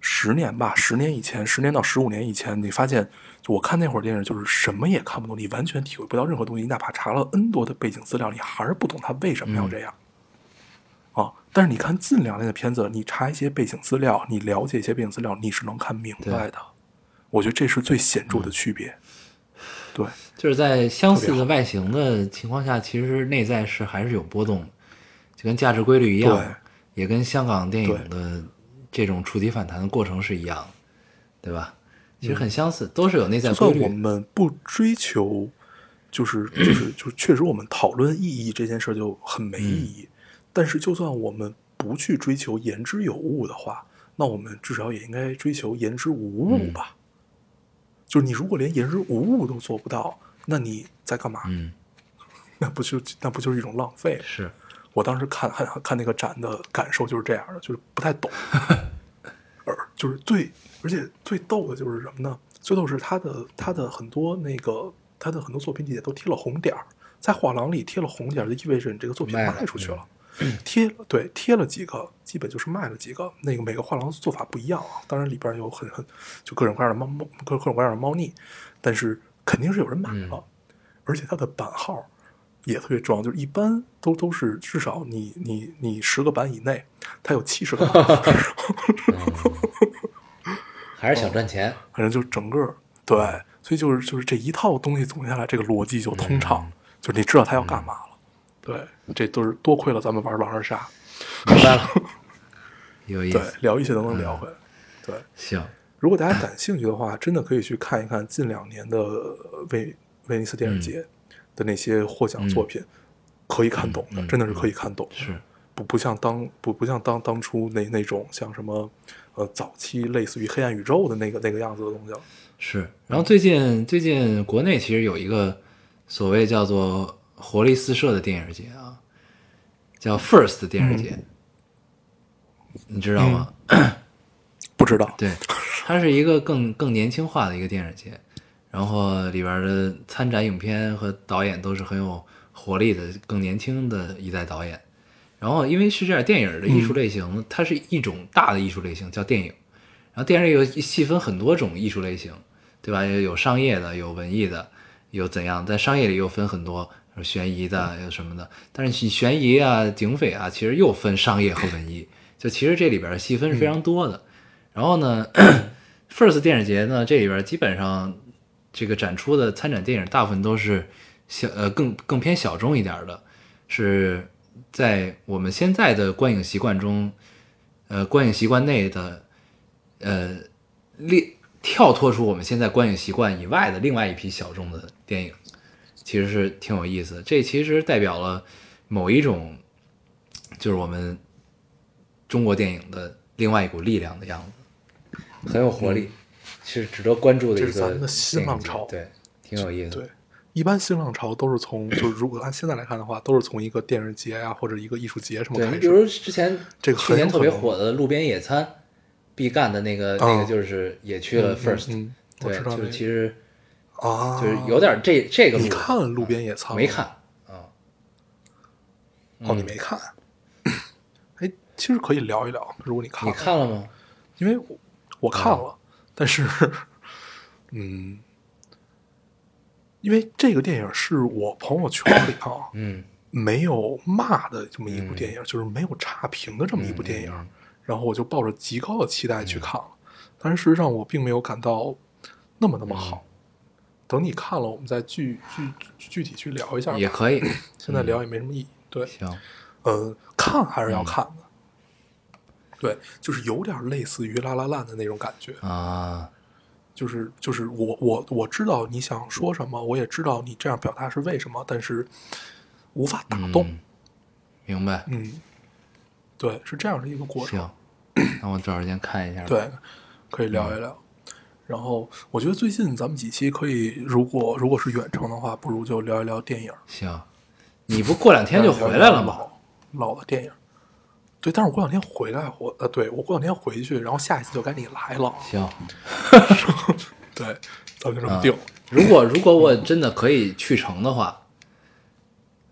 Speaker 2: 十年吧，十年以前，十年到十五年以前，你发现，就我看那会儿电影，就是什么也看不懂，你完全体会不到任何东西，你哪怕查了 N 多的背景资料，你还是不懂他为什么要这样。啊！但是你看近两年的片子，你查一些背景资料，你了解一些背景资料，你是能看明白的。我觉得这是最显著的区别。对，
Speaker 1: 就是在相似
Speaker 2: 特别
Speaker 1: 的外形的情况下，其实内在是还是有波动的，就跟价值规律一
Speaker 2: 对
Speaker 1: 样，也跟香港电影的这种触底反弹的过程是一样的，对吧？其实很相似，都是有内在
Speaker 2: 嗯就
Speaker 1: 规
Speaker 2: 算我
Speaker 1: 律。
Speaker 2: 们不追求，就是 就是就是，确实我们讨论意义这件事儿就很没意义。
Speaker 1: 嗯
Speaker 2: 但是，就算我们不去追求言之有物的话，那我们至少也应该追求言之无物
Speaker 1: 嗯
Speaker 2: 吧。就是你如果连言之无物都做不到，那你在干嘛？
Speaker 1: 嗯，
Speaker 2: 那不就那不就是一种浪费？
Speaker 1: 是，
Speaker 2: 我当时看看看那个展的感受就是这样的，就是不 太懂，而就是最而且最逗的就是什么呢？最逗是他的他的很多那个他的很多作品底下都贴了红点儿，在画廊里贴了红点儿，就意味着你这个作品
Speaker 1: 卖了嗯
Speaker 2: 卖出去了。贴对贴了几个，基本就是卖了几个。那个每个画廊做法不一样啊，当然里边有很很就各种各样的猫猫各各种各样的猫腻，但是肯定是有人买了，而且它的版号也特别装，就是一般都都是至少你你你十个版以内，它有七十个版号，
Speaker 1: 还是想赚钱。
Speaker 2: 反正就整个对，所以就是就是这一套东西总结下来，这个逻辑就通畅，就是你知道他要干嘛了。对，这都是多亏了咱们玩狼人杀，
Speaker 1: 明白了，有意
Speaker 2: 对
Speaker 1: 思，。
Speaker 2: 聊一些都能聊回来。对，
Speaker 1: 行，
Speaker 2: 如果大家感兴趣的话，真的可以去看一看近两年的呃威威尼斯电影
Speaker 1: 嗯
Speaker 2: 节的那些获奖作品，可以看懂的，
Speaker 1: 嗯嗯
Speaker 2: 真的是可以看懂的。
Speaker 1: 是
Speaker 2: 不不像当不不像当当初那那种像什么呃早期类似于黑暗宇宙的那个那个样子的东西了。
Speaker 1: 是。然后最近最近国内其实有一个所谓叫做“活力四射”的电影节啊，叫 First 电影节，你知道吗？
Speaker 2: 不知道，
Speaker 1: 对，它是一个更更年轻化的一个电影节，然后里边的参展影片和导演都是很有活力的，更年轻的一代导演。然后因为是这样，电影的艺术类型，它是一种大的艺术类型，叫电影。然后电影有细分很多种艺术类型，对吧？有商业的，有文艺的，有怎样？在商业里又分很多，有悬疑的，有什么的。但是你悬疑啊、警匪啊，其实又分商业和文艺。就其实这里边细分是非常多的。然后呢 ，First 电影节呢，这里边基本上这个展出的参展电影大部分都是小呃更更偏小众一点的，是在我们现在的观影习惯中，呃观影习惯内的呃列跳脱出我们现在观影习惯以外的另外一批小众的电影，其实是挺有意思的。这其实代表了某一种，就是我们中国电影的另外一股力量的样子，很有活力，是值得关注的一
Speaker 2: 嗯这
Speaker 1: 个
Speaker 2: 是咱们的新
Speaker 1: 电影
Speaker 2: 浪
Speaker 1: 节
Speaker 2: 潮
Speaker 1: 对，挺有意思的。
Speaker 2: 对，一般新浪潮都是从， 就是如果按现在来看的话，都是从一个电影节啊或者一个艺术节什么
Speaker 1: 对
Speaker 2: 开
Speaker 1: 你
Speaker 2: 始。
Speaker 1: 比如之前
Speaker 2: 这个
Speaker 1: 去
Speaker 2: 很有
Speaker 1: 年特别
Speaker 2: 可能
Speaker 1: 火的路边野餐，必干的那个、那
Speaker 2: 啊
Speaker 1: 个就是也去了 First，、
Speaker 2: 嗯我
Speaker 1: 对，
Speaker 2: 知
Speaker 1: 就
Speaker 2: 道那
Speaker 1: 是
Speaker 2: 个
Speaker 1: 其实
Speaker 2: 啊，
Speaker 1: 就是有点这、这个路
Speaker 2: 你看《路边野餐》
Speaker 1: 没？看啊？
Speaker 2: 哦，
Speaker 1: 嗯
Speaker 2: 你没看。哎，其实可以聊一聊，如果你看
Speaker 1: 你
Speaker 2: 了，
Speaker 1: 看了吗？
Speaker 2: 因为我我看了，但是，嗯，因为这个电影是我朋友圈里啊
Speaker 1: 嗯，
Speaker 2: 没有骂的这么一部电影，就是没有差评的这么一部电影，
Speaker 1: 嗯
Speaker 2: 然后我就抱着极高的期待去看了，但是事实上我并没有感到那么那
Speaker 1: 嗯
Speaker 2: 么好。等你看了，我们再具具具体去聊一下吧。
Speaker 1: 嗯也嗯可以。
Speaker 2: 现在聊也没什么意义。对，
Speaker 1: 行，
Speaker 2: 呃，看还是要看的。对，就是有点类似于《拉拉烂》的那种感觉，
Speaker 1: 啊，
Speaker 2: 就是就是我我我知道你想说什么，我也知道你这样表达是为什么，但是无法打动。
Speaker 1: 嗯明白。
Speaker 2: 嗯对，是啊这样的一个过程。
Speaker 1: 行，那我找时间看一下吧。
Speaker 2: 对，可以聊一聊。然后我觉得最近咱们几期可以，如果如果是远程的话，不如就聊一聊电影。
Speaker 1: 行，你不过两天就回来了吗？
Speaker 2: 老？老的电影，对，但是我过两天回来，我呃，对我过两天回去，然后下一次就该你来了。
Speaker 1: 行，
Speaker 2: 对，咱们就这么
Speaker 1: 啊
Speaker 2: 定。
Speaker 1: 如果如果我真的可以去成的话，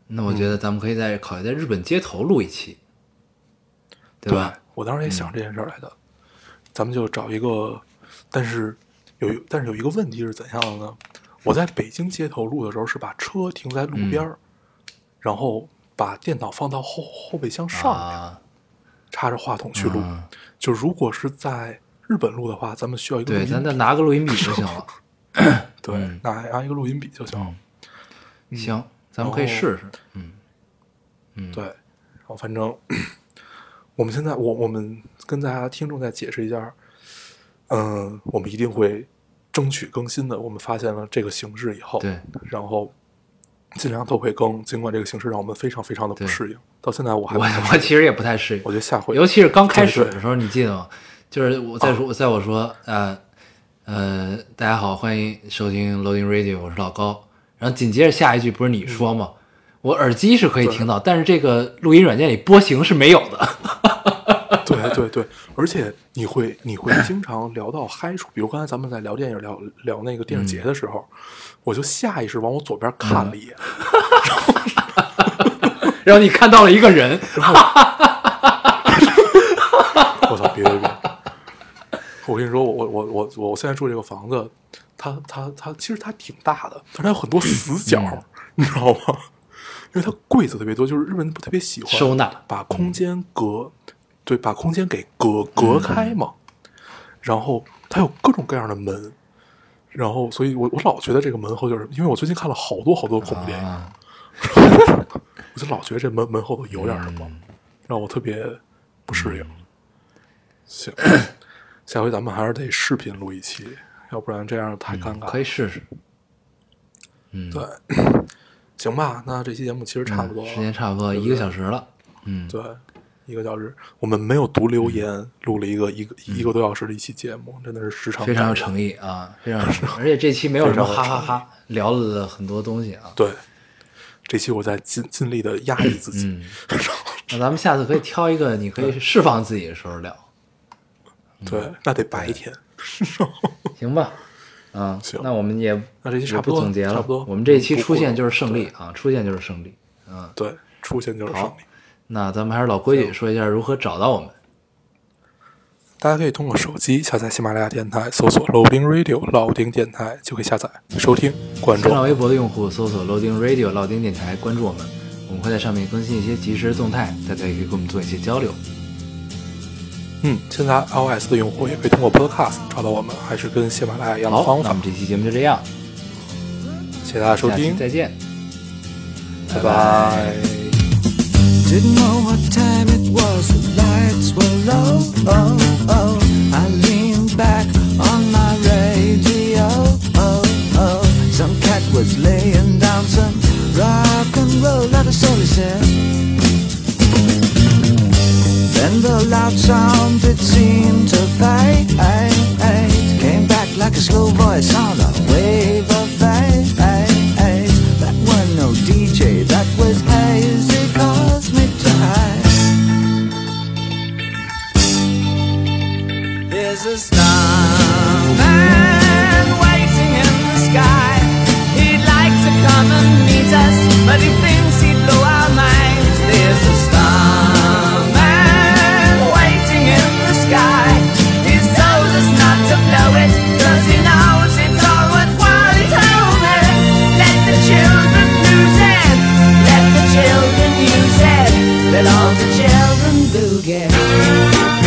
Speaker 1: 那我觉得咱们可以在考虑在日本街头录一期，对吧？
Speaker 2: 我当时也想这件事儿来的，咱们就找一个，但是有一但是有一个问题是怎样的呢？我在北京街头录的时候是把车停在路
Speaker 1: 嗯
Speaker 2: 边儿，然后把电脑放到后后备箱上面，
Speaker 1: 啊，
Speaker 2: 插着话筒去录。
Speaker 1: 嗯
Speaker 2: 就如果是在日本录的话，咱们需要一个录
Speaker 1: 对，
Speaker 2: 音
Speaker 1: 咱
Speaker 2: 笔
Speaker 1: 再拿个录音笔 就行了。
Speaker 2: 对，
Speaker 1: 嗯
Speaker 2: 拿拿一个录音笔就行。
Speaker 1: 嗯，行，咱们可以试试。嗯，
Speaker 2: 对，然后反正我们现在我我们跟大家听众再解释一下，嗯、我们一定会争取更新的。我们发现了这个形式以后，
Speaker 1: 对，
Speaker 2: 然后尽量都会更，尽管这个形式让我们非常非常的不
Speaker 1: 对
Speaker 2: 适应。到现在我还
Speaker 1: 我
Speaker 2: 不太
Speaker 1: 我
Speaker 2: 适应
Speaker 1: 其实也不太适应
Speaker 2: 我，觉得下回
Speaker 1: 尤其是刚开始
Speaker 2: 对
Speaker 1: 的时候，你记得吗？就是
Speaker 2: 啊
Speaker 1: 我在说，在我说，呃呃，大家好，欢迎收听 Loading Radio，我是老高。然后紧接着下一句不
Speaker 2: 嗯
Speaker 1: 是你说吗？ 我耳机是可以听到，但是这个录音软件里波形是没有的。
Speaker 2: 对对对对，而且你会你会经常聊到嗨处，比如刚才咱们在聊电影聊聊那个
Speaker 1: 嗯
Speaker 2: 电影节的时候，我就下意识往我左边看了一眼，
Speaker 1: 然后你看到了一个 人，
Speaker 2: 我操，别别别！我跟你说，我我我我我现在住这个房子，它它它其实它挺大的，但是它有很多死角，
Speaker 1: 嗯
Speaker 2: 你知道吗？因为它柜子特别多，就是日本人不特别喜欢
Speaker 1: 收纳
Speaker 2: 把空间隔，对，把空间给隔隔
Speaker 1: 嗯
Speaker 2: 开嘛。然后它有各种各样的门，然后所以我我老觉得这个门后就是，因为我最近看了好多好多恐怖电影，
Speaker 1: 啊，
Speaker 2: 我就老觉得这门门后头有点什么，
Speaker 1: 嗯
Speaker 2: 让我特别不适应。行， 下回咱们还是得视频录一期，要不然这样太尴
Speaker 1: 嗯
Speaker 2: 尬。
Speaker 1: 可以试试，
Speaker 2: 对， 行吧，那这期节目其实差不多了，
Speaker 1: 嗯时间差不多一个小时了，嗯，
Speaker 2: 对，一个小时，我们没有读留言，录了一个一个、一个多小时的一期节目，真的是时长
Speaker 1: 嗯非常有
Speaker 2: 长。
Speaker 1: 诚意啊，非常有 诚意，而且这期没有什么
Speaker 2: 非
Speaker 1: 哈
Speaker 2: 常有
Speaker 1: 哈哈，聊了很多东西啊，
Speaker 2: 对，这期我在尽尽力的压抑自己，
Speaker 1: 嗯
Speaker 2: 然后
Speaker 1: 那咱们下次可以挑一个你可以释放自己的时候聊，嗯
Speaker 2: 对，那得白天。
Speaker 1: 行吧？啊，
Speaker 2: 行
Speaker 1: 那我们也
Speaker 2: 那这期
Speaker 1: 也
Speaker 2: 差不
Speaker 1: 不
Speaker 2: 多
Speaker 1: 总结了，
Speaker 2: 差不多
Speaker 1: 我们这一期
Speaker 2: 不
Speaker 1: 出现就是
Speaker 2: 不
Speaker 1: 胜利啊，出现就是胜利。嗯，
Speaker 2: 对，出现就是胜利
Speaker 1: 好。那咱们还是老规矩，说一下如何找到我们。
Speaker 2: 大家可以通过手机下载喜马拉雅电台，搜索 Loading Radio 老丁电台就可以下载收听。关注
Speaker 1: 新浪微博的用户搜索 Loading Radio 老丁电台，关注我们，我们会在上面更新一些即时动态，大家也可以跟我们做一些交流。
Speaker 2: 嗯，现在 iOS 的用户也可以通过 Podcast 找到我们，还是跟喜马拉雅一样的
Speaker 1: 好，
Speaker 2: 方
Speaker 1: 那
Speaker 2: 法
Speaker 1: 我们。这期节目就这样，
Speaker 2: 谢谢大家收
Speaker 1: 下期
Speaker 2: 听，
Speaker 1: 再见，
Speaker 2: 拜拜
Speaker 3: Didn't know Oh, what time it was, the lights were low. Oh, oh. I leaned back on my radio. Oh, oh. Some cat was laying down some rock and roll, not a soul he said. Then the loud sound it seemed to fade. Came back like a slow voice on a wave of fate. That was no DJ, that was hazy cosmic time. There's a starman waiting in the sky. He'd like to come and meet us, but he thinks he'd blow our minds. There's a starman waiting in the sky. He's told us not to blow it, cause he knows it's all worthwhile. He's homing. Let the children lose it. Let the children use it. Let all the children boogie.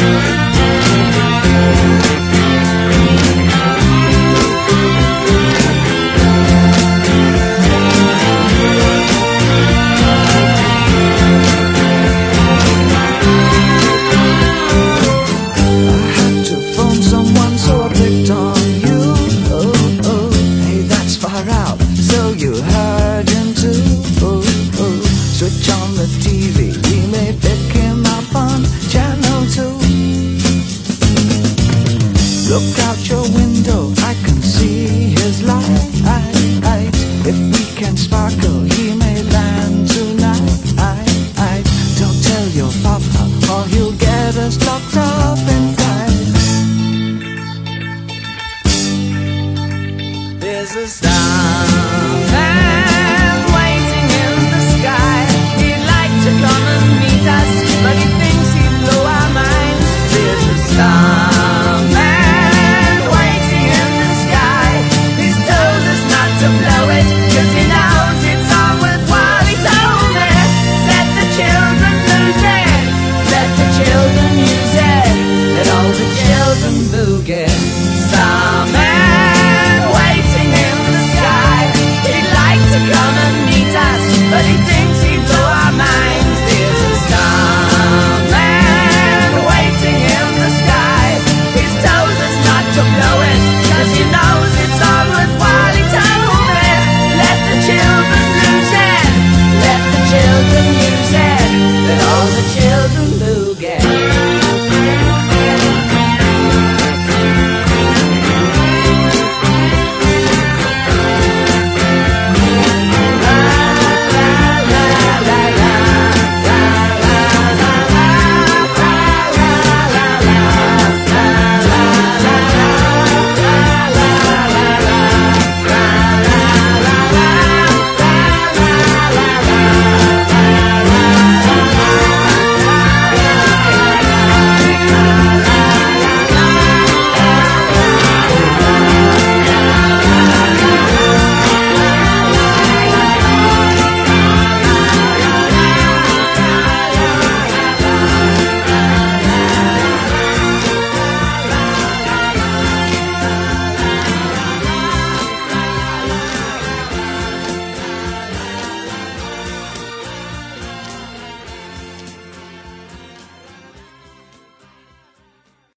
Speaker 3: to phone someone, so I picked on you. Oh, oh, hey, that's far out, so you heard him too. Oh, oh, switch on the TV, we may pick him up on channel two. Look out your window, I can see his light. If we can sparkle, he may land tonight. Don't tell your papa, or he'll get us locked up inside. There's a starman waiting in the sky. He'd like to come and meet us, but he thinks he'd blow our minds. There's a starman waiting in the sky. He's told us not to blow it, 'cause he knows it's all worthwhile. He's told us, let the children lose it, let the children use it, let all the children boogie. Star